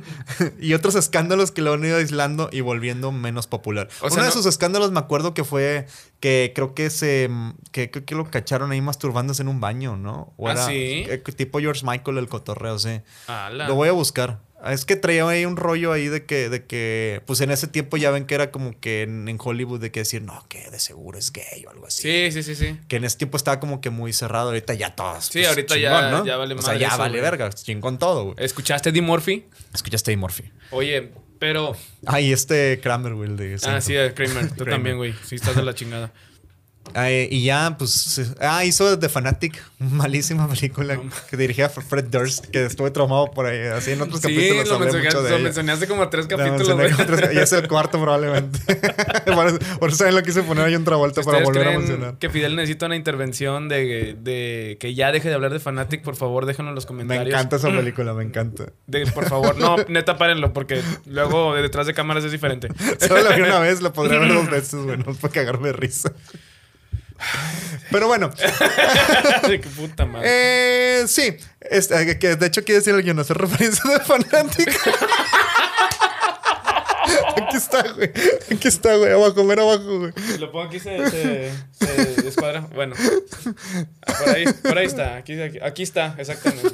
[SPEAKER 4] y otros escándalos que lo han ido aislando y volviendo menos popular.
[SPEAKER 3] O sea,
[SPEAKER 4] Uno de
[SPEAKER 3] no-
[SPEAKER 4] sus escándalos me acuerdo que fue que creo que se que, creo que lo cacharon ahí masturbándose en un baño, ¿no? O
[SPEAKER 3] ¿Ah,
[SPEAKER 4] era
[SPEAKER 3] sí?
[SPEAKER 4] eh, tipo George Michael el cotorreo, sí.
[SPEAKER 3] Ala.
[SPEAKER 4] Lo voy a buscar. Es que traía ahí un rollo ahí de que, de que, pues en ese tiempo ya ven que era como que en, en Hollywood de que decir, no, que de seguro es gay o algo así.
[SPEAKER 3] Sí, sí, sí, sí.
[SPEAKER 4] Que en ese tiempo estaba como que muy cerrado. Ahorita ya todos.
[SPEAKER 3] Sí, ahorita ya- ya vale
[SPEAKER 4] O sea,
[SPEAKER 3] madre
[SPEAKER 4] ya
[SPEAKER 3] eso,
[SPEAKER 4] vale
[SPEAKER 3] güey.
[SPEAKER 4] verga. Chingón todo, güey.
[SPEAKER 3] ¿Escuchaste Eddie Murphy?
[SPEAKER 4] Escuchaste a Morphy.
[SPEAKER 3] Oye, pero.
[SPEAKER 4] Ay, este Kramer, güey, el de.
[SPEAKER 3] Ah, sí, Kramer. Tú
[SPEAKER 4] Kramer.
[SPEAKER 3] también, güey. Sí, estás de la chingada.
[SPEAKER 4] Ay, y ya, pues. se- Ah, hizo The Fanatic. Malísima película que dirigía Fred Durst. Que estuve traumado por ahí. Así en otros
[SPEAKER 3] Sí,
[SPEAKER 4] capítulos
[SPEAKER 3] lo,
[SPEAKER 4] hablé
[SPEAKER 3] mencionaste,
[SPEAKER 4] mucho de
[SPEAKER 3] lo
[SPEAKER 4] ella.
[SPEAKER 3] mencionaste como tres
[SPEAKER 4] La
[SPEAKER 3] capítulos,
[SPEAKER 4] mencioné
[SPEAKER 3] güey.
[SPEAKER 4] como tres- ya es el cuarto probablemente. por, eso, por eso también lo quise poner ahí un travolta para
[SPEAKER 3] ¿Ustedes
[SPEAKER 4] volver a
[SPEAKER 3] creen
[SPEAKER 4] mencionar.
[SPEAKER 3] Que Fidel necesita una intervención de, de que ya deje de hablar de Fanatic, por favor, déjenlo en los
[SPEAKER 4] Me
[SPEAKER 3] comentarios.
[SPEAKER 4] encanta esa película, me encanta.
[SPEAKER 3] De- por favor, no, neta, párenlo, porque luego de detrás de cámaras es diferente.
[SPEAKER 4] Solo la vi una vez, la podré ver dos veces, güey, no para cagarme de risa. Pero bueno,
[SPEAKER 3] Qué puta madre.
[SPEAKER 4] eh, sí, es- eh, que de hecho quiere decir alguien hacer referencia de fanático. Aquí está, güey. Aquí está, güey. Abajo, ver abajo, güey.
[SPEAKER 3] Si lo pongo aquí, se, se, se descuadra. Bueno, Ah, por ahí, por ahí está. Aquí, aquí, aquí está, exactamente.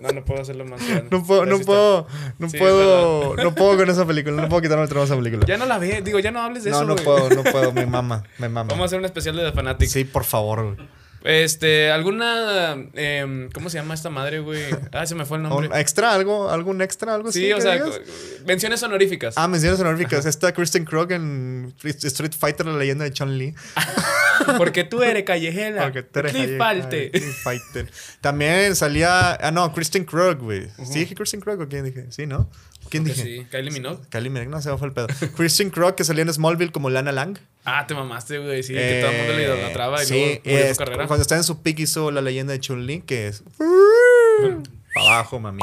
[SPEAKER 3] No, no puedo hacerlo más grande.
[SPEAKER 4] No puedo,
[SPEAKER 3] Pero
[SPEAKER 4] no
[SPEAKER 3] sí está.
[SPEAKER 4] puedo, no
[SPEAKER 3] Sí, es
[SPEAKER 4] puedo, no puedo con esa película. No puedo quitarme el trabajo de esa película.
[SPEAKER 3] Ya no la ve, digo, ya no hables de
[SPEAKER 4] No,
[SPEAKER 3] eso.
[SPEAKER 4] no
[SPEAKER 3] güey.
[SPEAKER 4] puedo, no puedo. Me mama, me mama.
[SPEAKER 3] Vamos a hacer un especial de The Fanatic.
[SPEAKER 4] Sí, por favor. güey.
[SPEAKER 3] Este, alguna. em, ¿Cómo se llama esta madre, güey? Ah, se me fue el nombre.
[SPEAKER 4] ¿Un extra? ¿Algo? ¿Algún extra? ¿Algo así?
[SPEAKER 3] Sí, o
[SPEAKER 4] que
[SPEAKER 3] sea,
[SPEAKER 4] digas?
[SPEAKER 3] co- menciones honoríficas.
[SPEAKER 4] Ah, menciones honoríficas. Está Kristen Krog en Street Fighter, la leyenda de Chun Li.
[SPEAKER 3] Porque tú eres callejera.
[SPEAKER 4] Porque tú eres
[SPEAKER 3] Ah, Cliff
[SPEAKER 4] Hayek.
[SPEAKER 3] Palte.
[SPEAKER 4] Ay, Cliff Fighter. También salía. Ah, no, Kristen Krug, güey. ¿Sí dije Kristen Krug o quién dije? Sí, ¿no? ¿Quién
[SPEAKER 3] Que
[SPEAKER 4] dije?
[SPEAKER 3] Sí, Kylie Minogue.
[SPEAKER 4] Kylie Minogue, no se me fue el pedo. Kristen Krug que salía en Smallville como Lana Lang.
[SPEAKER 3] Ah, te mamaste, güey. Sí, que todo el mundo le
[SPEAKER 4] Eh,
[SPEAKER 3] idolatraba y
[SPEAKER 4] sí,
[SPEAKER 3] luego murió
[SPEAKER 4] es-
[SPEAKER 3] su carrera.
[SPEAKER 4] Cuando estaba en su pick hizo la leyenda de Chun-Li, que es. Para abajo, mami.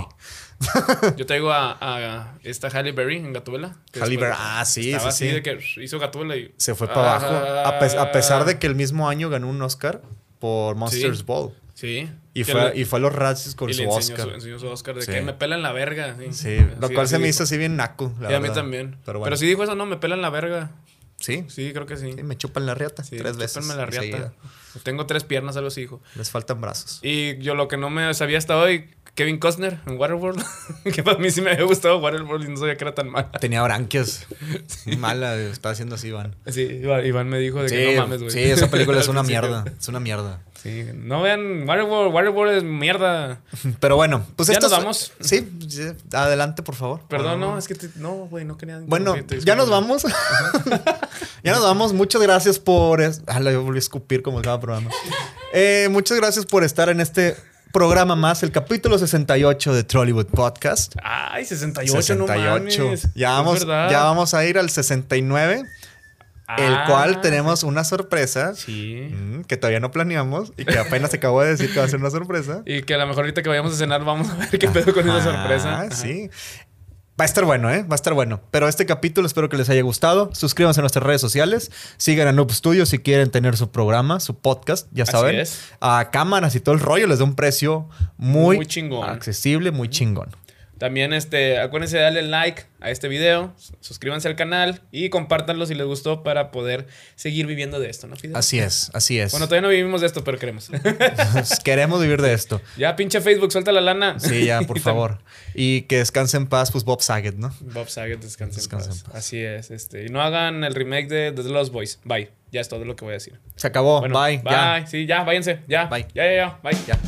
[SPEAKER 3] Yo traigo a, a esta Halle Berry en Gatuela.
[SPEAKER 4] Halle Berry, ah, sí,
[SPEAKER 3] Estaba
[SPEAKER 4] sí,
[SPEAKER 3] así
[SPEAKER 4] sí.
[SPEAKER 3] de que hizo Gatuela y.
[SPEAKER 4] Se fue para abajo. A, pe- a pesar de que el mismo año ganó un Oscar por Monsters
[SPEAKER 3] Sí.
[SPEAKER 4] Ball.
[SPEAKER 3] Sí.
[SPEAKER 4] Y
[SPEAKER 3] Que
[SPEAKER 4] fue,
[SPEAKER 3] le-
[SPEAKER 4] y fue a los Razzies con
[SPEAKER 3] y le
[SPEAKER 4] su
[SPEAKER 3] enseñó
[SPEAKER 4] Oscar.
[SPEAKER 3] Su, enseñó su Oscar de
[SPEAKER 4] Sí.
[SPEAKER 3] que me pelan la verga. Sí,
[SPEAKER 4] Sí, lo
[SPEAKER 3] Sí,
[SPEAKER 4] cual
[SPEAKER 3] así
[SPEAKER 4] se me
[SPEAKER 3] dijo.
[SPEAKER 4] hizo así bien naco. La
[SPEAKER 3] Y a mí
[SPEAKER 4] verdad.
[SPEAKER 3] también.
[SPEAKER 4] Pero
[SPEAKER 3] Pero,
[SPEAKER 4] bueno.
[SPEAKER 3] sí dijo eso, no, me pelan la verga.
[SPEAKER 4] Sí,
[SPEAKER 3] Sí, creo que sí.
[SPEAKER 4] sí, me chupan la riata
[SPEAKER 3] Sí,
[SPEAKER 4] tres veces.
[SPEAKER 3] chúpenme la riata.
[SPEAKER 4] enseguida.
[SPEAKER 3] Tengo tres piernas, algo así dijo.
[SPEAKER 4] Les faltan brazos.
[SPEAKER 3] Y yo lo que no me sabía hasta hoy, Kevin Costner en Waterworld. que para mí sí me había gustado Waterworld y no sabía que era tan mala.
[SPEAKER 4] Tenía branquias. Mala, estaba haciendo así, Iván.
[SPEAKER 3] Sí, Iván Iván me dijo de
[SPEAKER 4] Sí,
[SPEAKER 3] que no mames, güey.
[SPEAKER 4] sí, esa película es
[SPEAKER 3] Al
[SPEAKER 4] una
[SPEAKER 3] principio.
[SPEAKER 4] mierda. Es una mierda.
[SPEAKER 3] Sí, no vean Waterworld, Waterworld es mierda.
[SPEAKER 4] Pero bueno, pues
[SPEAKER 3] Ya
[SPEAKER 4] estos-
[SPEAKER 3] nos vamos.
[SPEAKER 4] Sí, sí, adelante, por favor.
[SPEAKER 3] Perdón, no, es que te- no, güey, no quería.
[SPEAKER 4] Ah. Bueno,
[SPEAKER 3] interrumpirte,
[SPEAKER 4] ya nos
[SPEAKER 3] disculpa.
[SPEAKER 4] vamos. ya nos vamos. Muchas gracias por. es- Ah, la volví a escupir como cada programa. Eh, muchas gracias por estar en este programa más, el capítulo 68 de Trollywood Podcast.
[SPEAKER 3] Ay, 68, no mames.
[SPEAKER 4] Ya
[SPEAKER 3] Es
[SPEAKER 4] vamos,
[SPEAKER 3] verdad.
[SPEAKER 4] ya vamos a ir al 69,
[SPEAKER 3] Ah,
[SPEAKER 4] el cual tenemos una sorpresa
[SPEAKER 3] Sí.
[SPEAKER 4] mm, que todavía no planeamos y que apenas acabo de decir que va a ser una sorpresa.
[SPEAKER 3] Y que a lo mejor ahorita que vayamos a cenar vamos a ver qué pedo con esa sorpresa.
[SPEAKER 4] Ah,
[SPEAKER 3] Ajá.
[SPEAKER 4] sí. Va a estar bueno, ¿eh? Va a estar bueno. Pero este capítulo espero que les haya gustado. Suscríbanse a nuestras redes sociales. Sigan a Noob Studio si quieren tener su programa, su podcast, ya
[SPEAKER 3] Así
[SPEAKER 4] saben.
[SPEAKER 3] es.
[SPEAKER 4] A cámaras y todo el rollo les da un precio muy,
[SPEAKER 3] Muy chingón.
[SPEAKER 4] accesible, muy chingón.
[SPEAKER 3] También este, acuérdense de darle like a este video, s- suscríbanse al canal y compártanlo si les gustó para poder seguir viviendo de esto, ¿no? Fidel?
[SPEAKER 4] Así es, así es.
[SPEAKER 3] Bueno, todavía no vivimos de esto, pero queremos.
[SPEAKER 4] Queremos vivir de esto.
[SPEAKER 3] ya, pinche Facebook, suelta la lana.
[SPEAKER 4] Sí, ya, por favor. Y que descanse en paz, pues Bob Saget, ¿no?
[SPEAKER 3] Bob Saget, descansen
[SPEAKER 4] Descansa en
[SPEAKER 3] en paz. Así es. Este, y no hagan el remake de The Lost Boys. Bye. Ya es todo lo que voy a decir.
[SPEAKER 4] Se acabó.
[SPEAKER 3] Bueno,
[SPEAKER 4] Oh, bye. Ya.
[SPEAKER 3] Sí, ya, váyanse. Ya.
[SPEAKER 4] Bye.
[SPEAKER 3] Ya, ya, ya. Bye.
[SPEAKER 4] Ya.